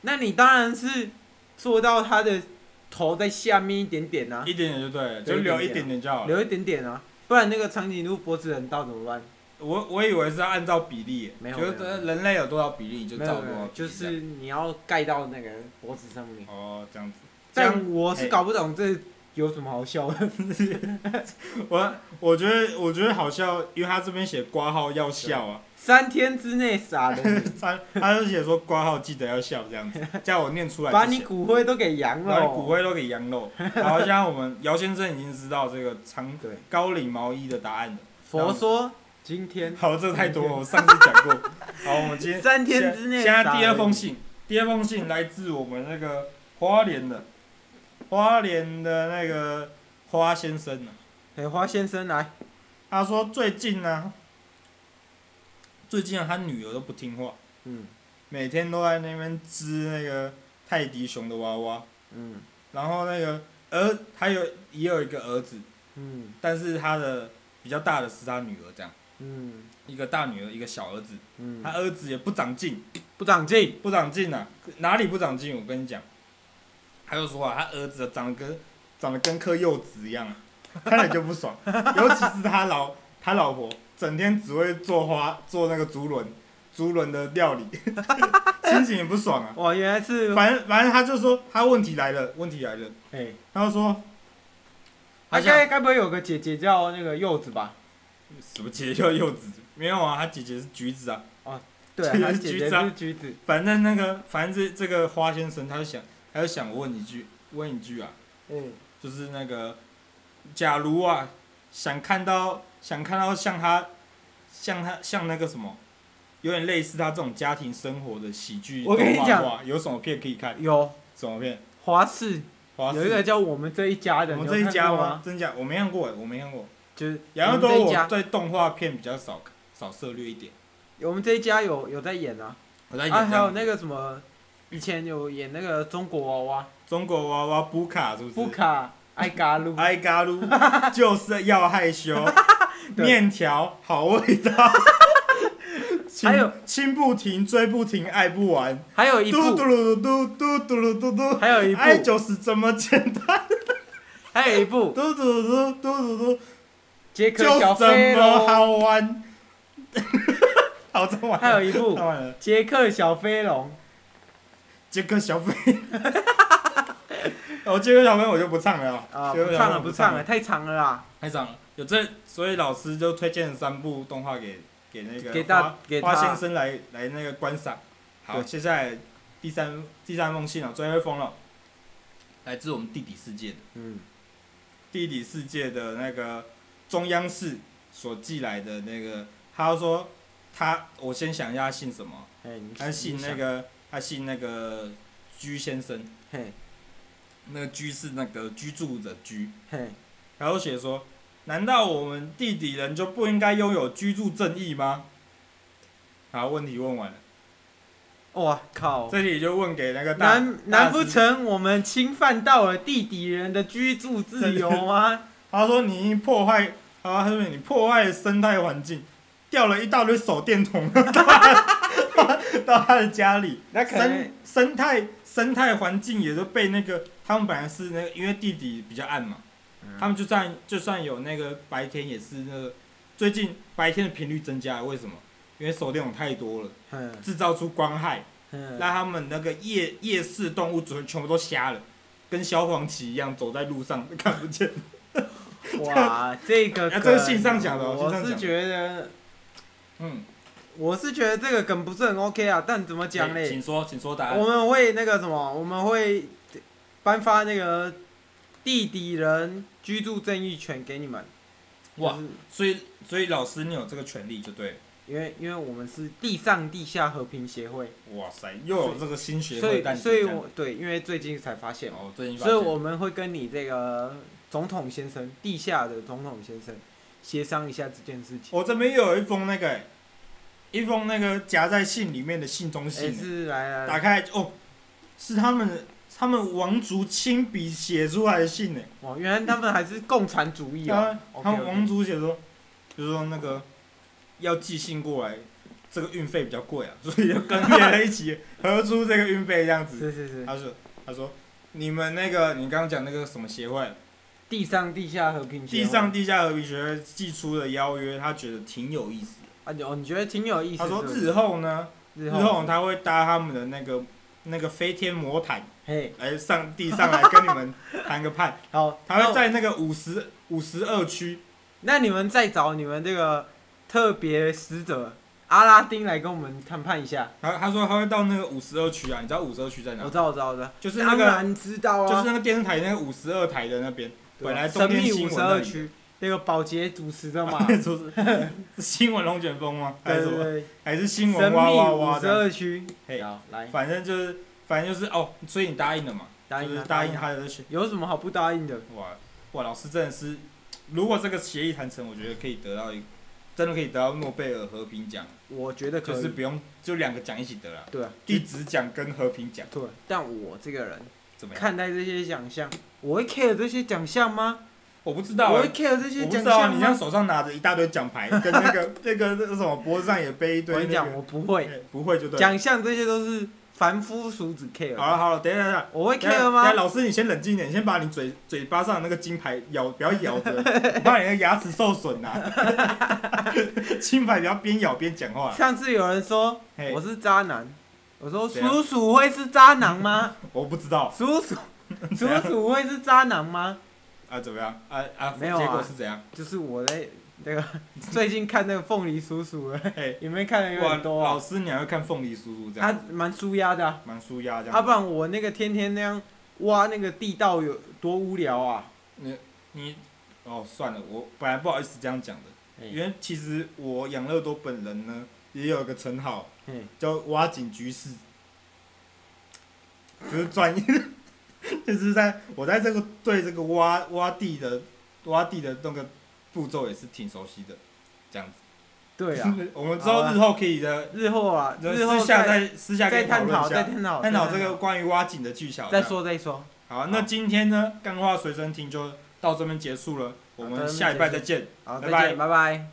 Speaker 3: 那你当然是做到他的头在下面一点点啊，
Speaker 1: 一点点就对了，
Speaker 3: 对
Speaker 1: 就留
Speaker 3: 一
Speaker 1: 一
Speaker 3: 点
Speaker 1: 点点就好了。
Speaker 3: 留一点点啊，不然那个长颈鹿脖子很大怎么办？
Speaker 1: 我我以为是按照比例耶，
Speaker 3: 没有
Speaker 1: 就是
Speaker 3: 没有没有
Speaker 1: 人类有多少比例你就
Speaker 3: 没
Speaker 1: 照
Speaker 3: 有
Speaker 1: 多
Speaker 3: 没
Speaker 1: 少
Speaker 3: 有，
Speaker 1: 比例这
Speaker 3: 就
Speaker 1: 样，
Speaker 3: 是你要盖到那个脖子上面。
Speaker 1: 哦这样子。这样
Speaker 3: 但我是
Speaker 1: 嘿
Speaker 3: 搞不懂这有什么好笑的。
Speaker 1: 我我觉得我觉得好笑，因为他这边写挂号要笑啊，
Speaker 3: 三天之内傻 了你，
Speaker 1: 他他就写说挂号记得要笑这 样子，叫我念出来
Speaker 3: 把
Speaker 1: 之
Speaker 3: 你
Speaker 1: 前
Speaker 3: 骨灰都给扬
Speaker 1: 把
Speaker 3: 了
Speaker 1: 你
Speaker 3: 哦。
Speaker 1: 骨灰都给羊 肉。好，现在我们姚先生已经知道这个长
Speaker 3: 对，
Speaker 1: 高领毛衣的答案了。
Speaker 3: 佛说今天
Speaker 1: 好，这太多了，我上次讲过。好，我们今天
Speaker 3: 三天之内
Speaker 1: 现在
Speaker 3: 撒
Speaker 1: 第二
Speaker 3: 而
Speaker 1: 封
Speaker 3: 已
Speaker 1: 信，第二封信来自我们那个花莲的，花莲的那个花先生呢、
Speaker 3: 哎，花先生来，
Speaker 1: 他说最近呢、啊最近、啊、他女儿都不听话，
Speaker 3: 嗯
Speaker 1: 每天都在那边织那个泰迪熊的娃娃，
Speaker 3: 嗯
Speaker 1: 然后那个儿还有也有一个儿子，
Speaker 3: 嗯
Speaker 1: 但是他的比较大的是他女儿这样，
Speaker 3: 嗯
Speaker 1: 一个大女儿一个小儿子，他
Speaker 3: 嗯，
Speaker 1: 儿子也不长进。
Speaker 3: 不长进，
Speaker 1: 不长进啊，哪里不长进？我跟你讲，他就说啊，他儿子长得跟长得跟颗柚子一样啊，看了就不爽。尤其是他老他老婆，整天只会做花做那个竹轮竹轮的料理，心情也不爽啊。
Speaker 3: 哇，原来是
Speaker 1: 反正反正他就说他问题来了，问题来了，
Speaker 3: 哎，
Speaker 1: 他就说
Speaker 3: 他
Speaker 1: 他想
Speaker 3: 该该不会有个姐姐叫那个柚子吧？
Speaker 1: 什么姐姐叫柚子？没有啊，他姐姐是橘子啊。
Speaker 3: 对啊，
Speaker 1: 姐姐
Speaker 3: 他
Speaker 1: 是
Speaker 3: 姐
Speaker 1: 橘
Speaker 3: 姐
Speaker 1: 子啊
Speaker 3: 是橘子，
Speaker 1: 反正那个反正这这个花先生，他就想他就想问一句问一句啊，
Speaker 3: 嗯
Speaker 1: 就是那个，假如啊，想看到想看到像他，像他像那个什么，有点类似他这种家庭生活的喜剧
Speaker 3: 我跟你
Speaker 1: 动画
Speaker 3: 讲
Speaker 1: 的话，有什么片可以看？
Speaker 3: 有
Speaker 1: 什么片？
Speaker 3: 华氏
Speaker 1: 华视
Speaker 3: 有一个叫我们这一家的，
Speaker 1: 我们
Speaker 3: 你
Speaker 1: 这
Speaker 3: 有
Speaker 1: 一
Speaker 3: 看
Speaker 1: 家
Speaker 3: 过
Speaker 1: 吗
Speaker 3: 吗？？
Speaker 1: 真假？我没看过欸，我没看过。
Speaker 3: 就是
Speaker 1: 然
Speaker 3: 我
Speaker 1: 后
Speaker 3: 们这
Speaker 1: 都
Speaker 3: 一
Speaker 1: 我
Speaker 3: 家，
Speaker 1: 对动画片比较少少涉略一点。
Speaker 3: 我们这一家有有在演啊，
Speaker 1: 我在演
Speaker 3: 啊，还有
Speaker 1: 这样
Speaker 3: 那个什么，以前有演那个中国娃娃
Speaker 1: 中国娃娃布卡是不是？啊
Speaker 3: 布 卡艾嘎鲁，
Speaker 1: 爱嘎噜 就是要害羞，
Speaker 3: 对
Speaker 1: 面条好味 道，
Speaker 3: 还有
Speaker 1: 亲亲不停，追不停，爱不完，
Speaker 3: 还有一
Speaker 1: 嘟嘟
Speaker 3: 部，
Speaker 1: 噜嘟嘟嘟噜嘟嘟，哎
Speaker 3: 还有一部，
Speaker 1: 爱就是这么简单，
Speaker 3: 还有一部
Speaker 1: 嘟嘟嘟嘟嘟嘟，
Speaker 3: 杰
Speaker 1: 就
Speaker 3: 克小
Speaker 1: 这
Speaker 3: 飞
Speaker 1: 么
Speaker 3: 龙，
Speaker 1: 好玩。 好，这完了，
Speaker 3: 还有一部
Speaker 1: 看完了，
Speaker 3: 杰克小飞龙，
Speaker 1: 杰克小飞。 哦，杰克小飞我就不唱了
Speaker 3: 啊，
Speaker 1: 杰
Speaker 3: 不
Speaker 1: 克小飞
Speaker 3: 唱了，
Speaker 1: 我
Speaker 3: 不
Speaker 1: 不
Speaker 3: 唱
Speaker 1: 了
Speaker 3: 了，，太长了啦。
Speaker 1: 太长了，有这，所以老师就推荐三部动画给给那个
Speaker 3: 给
Speaker 1: 花
Speaker 3: 大给
Speaker 1: 花
Speaker 3: 他
Speaker 1: 先生来来那个观赏。好，
Speaker 3: 对
Speaker 1: 接下来第三第三封信了、哦最后一封了，来自我们地理世界的
Speaker 3: 嗯，
Speaker 1: 地理世界的那个中央市所寄来的那个，他说他我先想一下他姓什么，
Speaker 3: 哎，你
Speaker 1: 他姓那，个他姓那个居先生，
Speaker 3: 你想嘿，
Speaker 1: 那个居是那个居住的居，
Speaker 3: 嘿，
Speaker 1: 然后写说：“难道我们地底人就不应该拥有居住正义吗？”好，问题问完了，
Speaker 3: 哇靠！
Speaker 1: 这里就问给那个大
Speaker 3: 难
Speaker 1: 大
Speaker 3: 难
Speaker 1: 师
Speaker 3: 哦不成我们侵犯到了地底人的居住自由 吗？
Speaker 1: 他说你破坏，啊，他说你破坏生态环境，掉了一大堆手电筒 到他到他的家里，
Speaker 3: 那可能
Speaker 1: 生生态生态环境也都被那个他们本来是那个，因为地底比较暗嘛，
Speaker 3: 嗯
Speaker 1: 他们就算就算有那个白天也是那个，最近白天的频率增加了，为什么？因为手电筒太多了，
Speaker 3: 嗯
Speaker 1: 制造出光害，
Speaker 3: 嗯，
Speaker 1: 让他们那个夜夜视动物全全部都瞎了，跟消防旗一样走在路上看不见。
Speaker 3: 哇，这个
Speaker 1: 啊这
Speaker 3: 梗
Speaker 1: 是信上讲的哦信上
Speaker 3: 我
Speaker 1: 讲
Speaker 3: 是
Speaker 1: 的
Speaker 3: 觉得
Speaker 1: 嗯，
Speaker 3: 我是觉得这个梗不是很 OK 啊，但怎么讲
Speaker 1: 哎
Speaker 3: 嘞？
Speaker 1: 请说，请说答
Speaker 3: 我
Speaker 1: 案。
Speaker 3: 们会那个什么，我们会颁发那个地底人居住正义权给你们。
Speaker 1: 哇
Speaker 3: 就是
Speaker 1: 所以，所以老师你有这个权利就对了。
Speaker 3: 因为因为我们是地上地下和平协会，
Speaker 1: 哇塞，又有这个新学
Speaker 3: 所
Speaker 1: 会
Speaker 3: 以
Speaker 1: 诞生
Speaker 3: 所
Speaker 1: 这
Speaker 3: 以
Speaker 1: 样。
Speaker 3: 我对，因为最近才发现嘛，
Speaker 1: 哦，最近发
Speaker 3: 所以
Speaker 1: 现
Speaker 3: 我们会跟你这个总统先生，地下的总统先生协商一下这件事情。
Speaker 1: 我这边又有一封那个、哎一封那个夹在信里面的信中
Speaker 3: 哎、
Speaker 1: 信、哎
Speaker 3: 是来
Speaker 1: 打
Speaker 3: 来，
Speaker 1: 开哦，是他们他们王族亲笔写出来的信呢、
Speaker 3: 哇，原来他们还是共产主义啊！
Speaker 1: 他他
Speaker 3: OK，OK
Speaker 1: 们王族写说，就说那个要寄信过来，这个运费比较贵啊，所以就跟别人一起 合出这个运费这样子。
Speaker 3: 是是是，
Speaker 1: 他说他说你们那个你刚刚讲那个什么协会，
Speaker 3: 地上地下和平协会。
Speaker 1: 地上地下和平学会寄出的邀约，他觉得挺有意思的。
Speaker 3: 啊，你哦，你觉得挺有意思
Speaker 1: 他
Speaker 3: 是
Speaker 1: 说
Speaker 3: 不是。
Speaker 1: 日后呢，
Speaker 3: 日
Speaker 1: 日后他会搭他们的那个那个飞天魔毯
Speaker 3: 嘿，
Speaker 1: 来上地上来跟你 们谈个判，
Speaker 3: 好，
Speaker 1: 他会
Speaker 3: 那
Speaker 1: 在那个五十五十二区，
Speaker 3: 那你们再找你们这个特别使者阿拉丁来跟我们谈判一下。
Speaker 1: 他他说他会到那个五十二区啊，你知道五十二区在
Speaker 3: 我
Speaker 1: 哪？
Speaker 3: 知道，我知道，我知道。
Speaker 1: 就是那
Speaker 3: 当
Speaker 1: 个
Speaker 3: 然知道
Speaker 1: 就是
Speaker 3: 啊，
Speaker 1: 那个电视台那个五十二台的那边，
Speaker 3: 对
Speaker 1: 本来
Speaker 3: 神
Speaker 1: 中天
Speaker 3: 秘
Speaker 1: 新
Speaker 3: 五
Speaker 1: 闻
Speaker 3: 十
Speaker 1: 那
Speaker 3: 二
Speaker 1: 里，
Speaker 3: 区那个保洁主持的嘛，
Speaker 1: 就是 是新闻龙卷风吗？ 还
Speaker 3: 对
Speaker 1: 是什
Speaker 3: 对
Speaker 1: 么？
Speaker 3: 对，
Speaker 1: 还是
Speaker 3: 神
Speaker 1: 新
Speaker 3: 秘
Speaker 1: 闻哇哇哇
Speaker 3: 五十
Speaker 1: 的？
Speaker 3: 二区。
Speaker 1: 嘿
Speaker 3: 好，来
Speaker 1: 反正就是反正就是哦，所以你答应了嘛？
Speaker 3: 哎答
Speaker 1: 就
Speaker 3: 应
Speaker 1: 是
Speaker 3: 他，
Speaker 1: 答应
Speaker 3: 他，
Speaker 1: 他的选。
Speaker 3: 有什么好不答应的？
Speaker 1: 哇哇，老师真的是，如果这个协议谈成，我觉得可以得到一，真的可以得到诺贝尔和平奖，
Speaker 3: 我觉得可
Speaker 1: 就是
Speaker 3: 以，
Speaker 1: 不用就两个奖一起得了，
Speaker 3: 对啊，
Speaker 1: 地质奖跟和平奖
Speaker 3: 对。啊但我这个人
Speaker 1: 怎么样？
Speaker 3: 看待这些奖项，我会 care 这些奖项吗？
Speaker 1: 我不知道、
Speaker 3: 我会
Speaker 1: 欸。
Speaker 3: care 这
Speaker 1: 我
Speaker 3: 些
Speaker 1: 不
Speaker 3: 奖
Speaker 1: 知道啊，
Speaker 3: 项
Speaker 1: 你像
Speaker 3: 吗？
Speaker 1: 手上拿着一大堆奖牌，跟那个 那个那个什么脖子上也背一
Speaker 3: 我跟
Speaker 1: 堆
Speaker 3: 你
Speaker 1: 那
Speaker 3: 讲，
Speaker 1: 个，
Speaker 3: 我不会。
Speaker 1: 哎不会就对了。
Speaker 3: 奖项这些都是凡夫俗子 care
Speaker 1: 好了
Speaker 3: 的。
Speaker 1: 好了，等一下等一下
Speaker 3: 我会
Speaker 1: 等一下，
Speaker 3: care
Speaker 1: 等一下
Speaker 3: 吗？
Speaker 1: 老师你先冷静一点，你先把你嘴嘴巴上的那个金牌咬，不要咬着，怕你的牙齿受损呐、啊。 金牌不要边咬边讲话、啊。
Speaker 3: 上次有人说
Speaker 1: 嘿
Speaker 3: 我是渣男，我说
Speaker 1: 怎样
Speaker 3: 鼠鼠会是渣男 吗？
Speaker 1: 我不知道
Speaker 3: 鼠鼠鼠
Speaker 1: 怎样
Speaker 3: 鼠会是渣男吗？
Speaker 1: 啊，怎么样？啊啊，
Speaker 3: 没有啊
Speaker 1: 结果是怎样？
Speaker 3: 就是我在那个 最近看那个凤梨鼠鼠的，
Speaker 1: 嘿，
Speaker 3: 里面看的有
Speaker 1: 哇，
Speaker 3: 点多
Speaker 1: 老
Speaker 3: 啊，
Speaker 1: 师你还会看凤梨叔叔这
Speaker 3: 他
Speaker 1: 样子，
Speaker 3: 蛮舒压的啊，
Speaker 1: 蛮舒压这
Speaker 3: 啊
Speaker 1: 样
Speaker 3: 不
Speaker 1: 子。
Speaker 3: 然我那个天天那样挖那个地道有多无聊啊！
Speaker 1: 你哦，算了，我本来不好意思这样讲的，因为其实我养乐多本人呢也有个称号
Speaker 3: 嗯
Speaker 1: 叫挖井局士，就是专业， 就是在我在这个对这个挖挖地的挖地的那个步骤也是挺熟悉的，这样子。
Speaker 3: 对啊，
Speaker 1: 我们之
Speaker 3: 好
Speaker 1: 后
Speaker 3: 啊
Speaker 1: 日后可以的。
Speaker 3: 日后啊，日后
Speaker 1: 私下
Speaker 3: 再
Speaker 1: 再私下可
Speaker 3: 再
Speaker 1: 以讨
Speaker 3: 探
Speaker 1: 论一
Speaker 3: 讨，再
Speaker 1: 下，
Speaker 3: 探讨，
Speaker 1: 探讨
Speaker 3: 讨
Speaker 1: 这个关于挖井的技巧。
Speaker 3: 再说再说。
Speaker 1: 这样好，那今天呢，干话随身听就到这边结束了，我
Speaker 3: 好到
Speaker 1: 们
Speaker 3: 这边
Speaker 1: 下礼拜
Speaker 3: 结
Speaker 1: 再
Speaker 3: 束
Speaker 1: 见。
Speaker 3: 好，
Speaker 1: 拜
Speaker 3: 再
Speaker 1: 拜
Speaker 3: 见，拜拜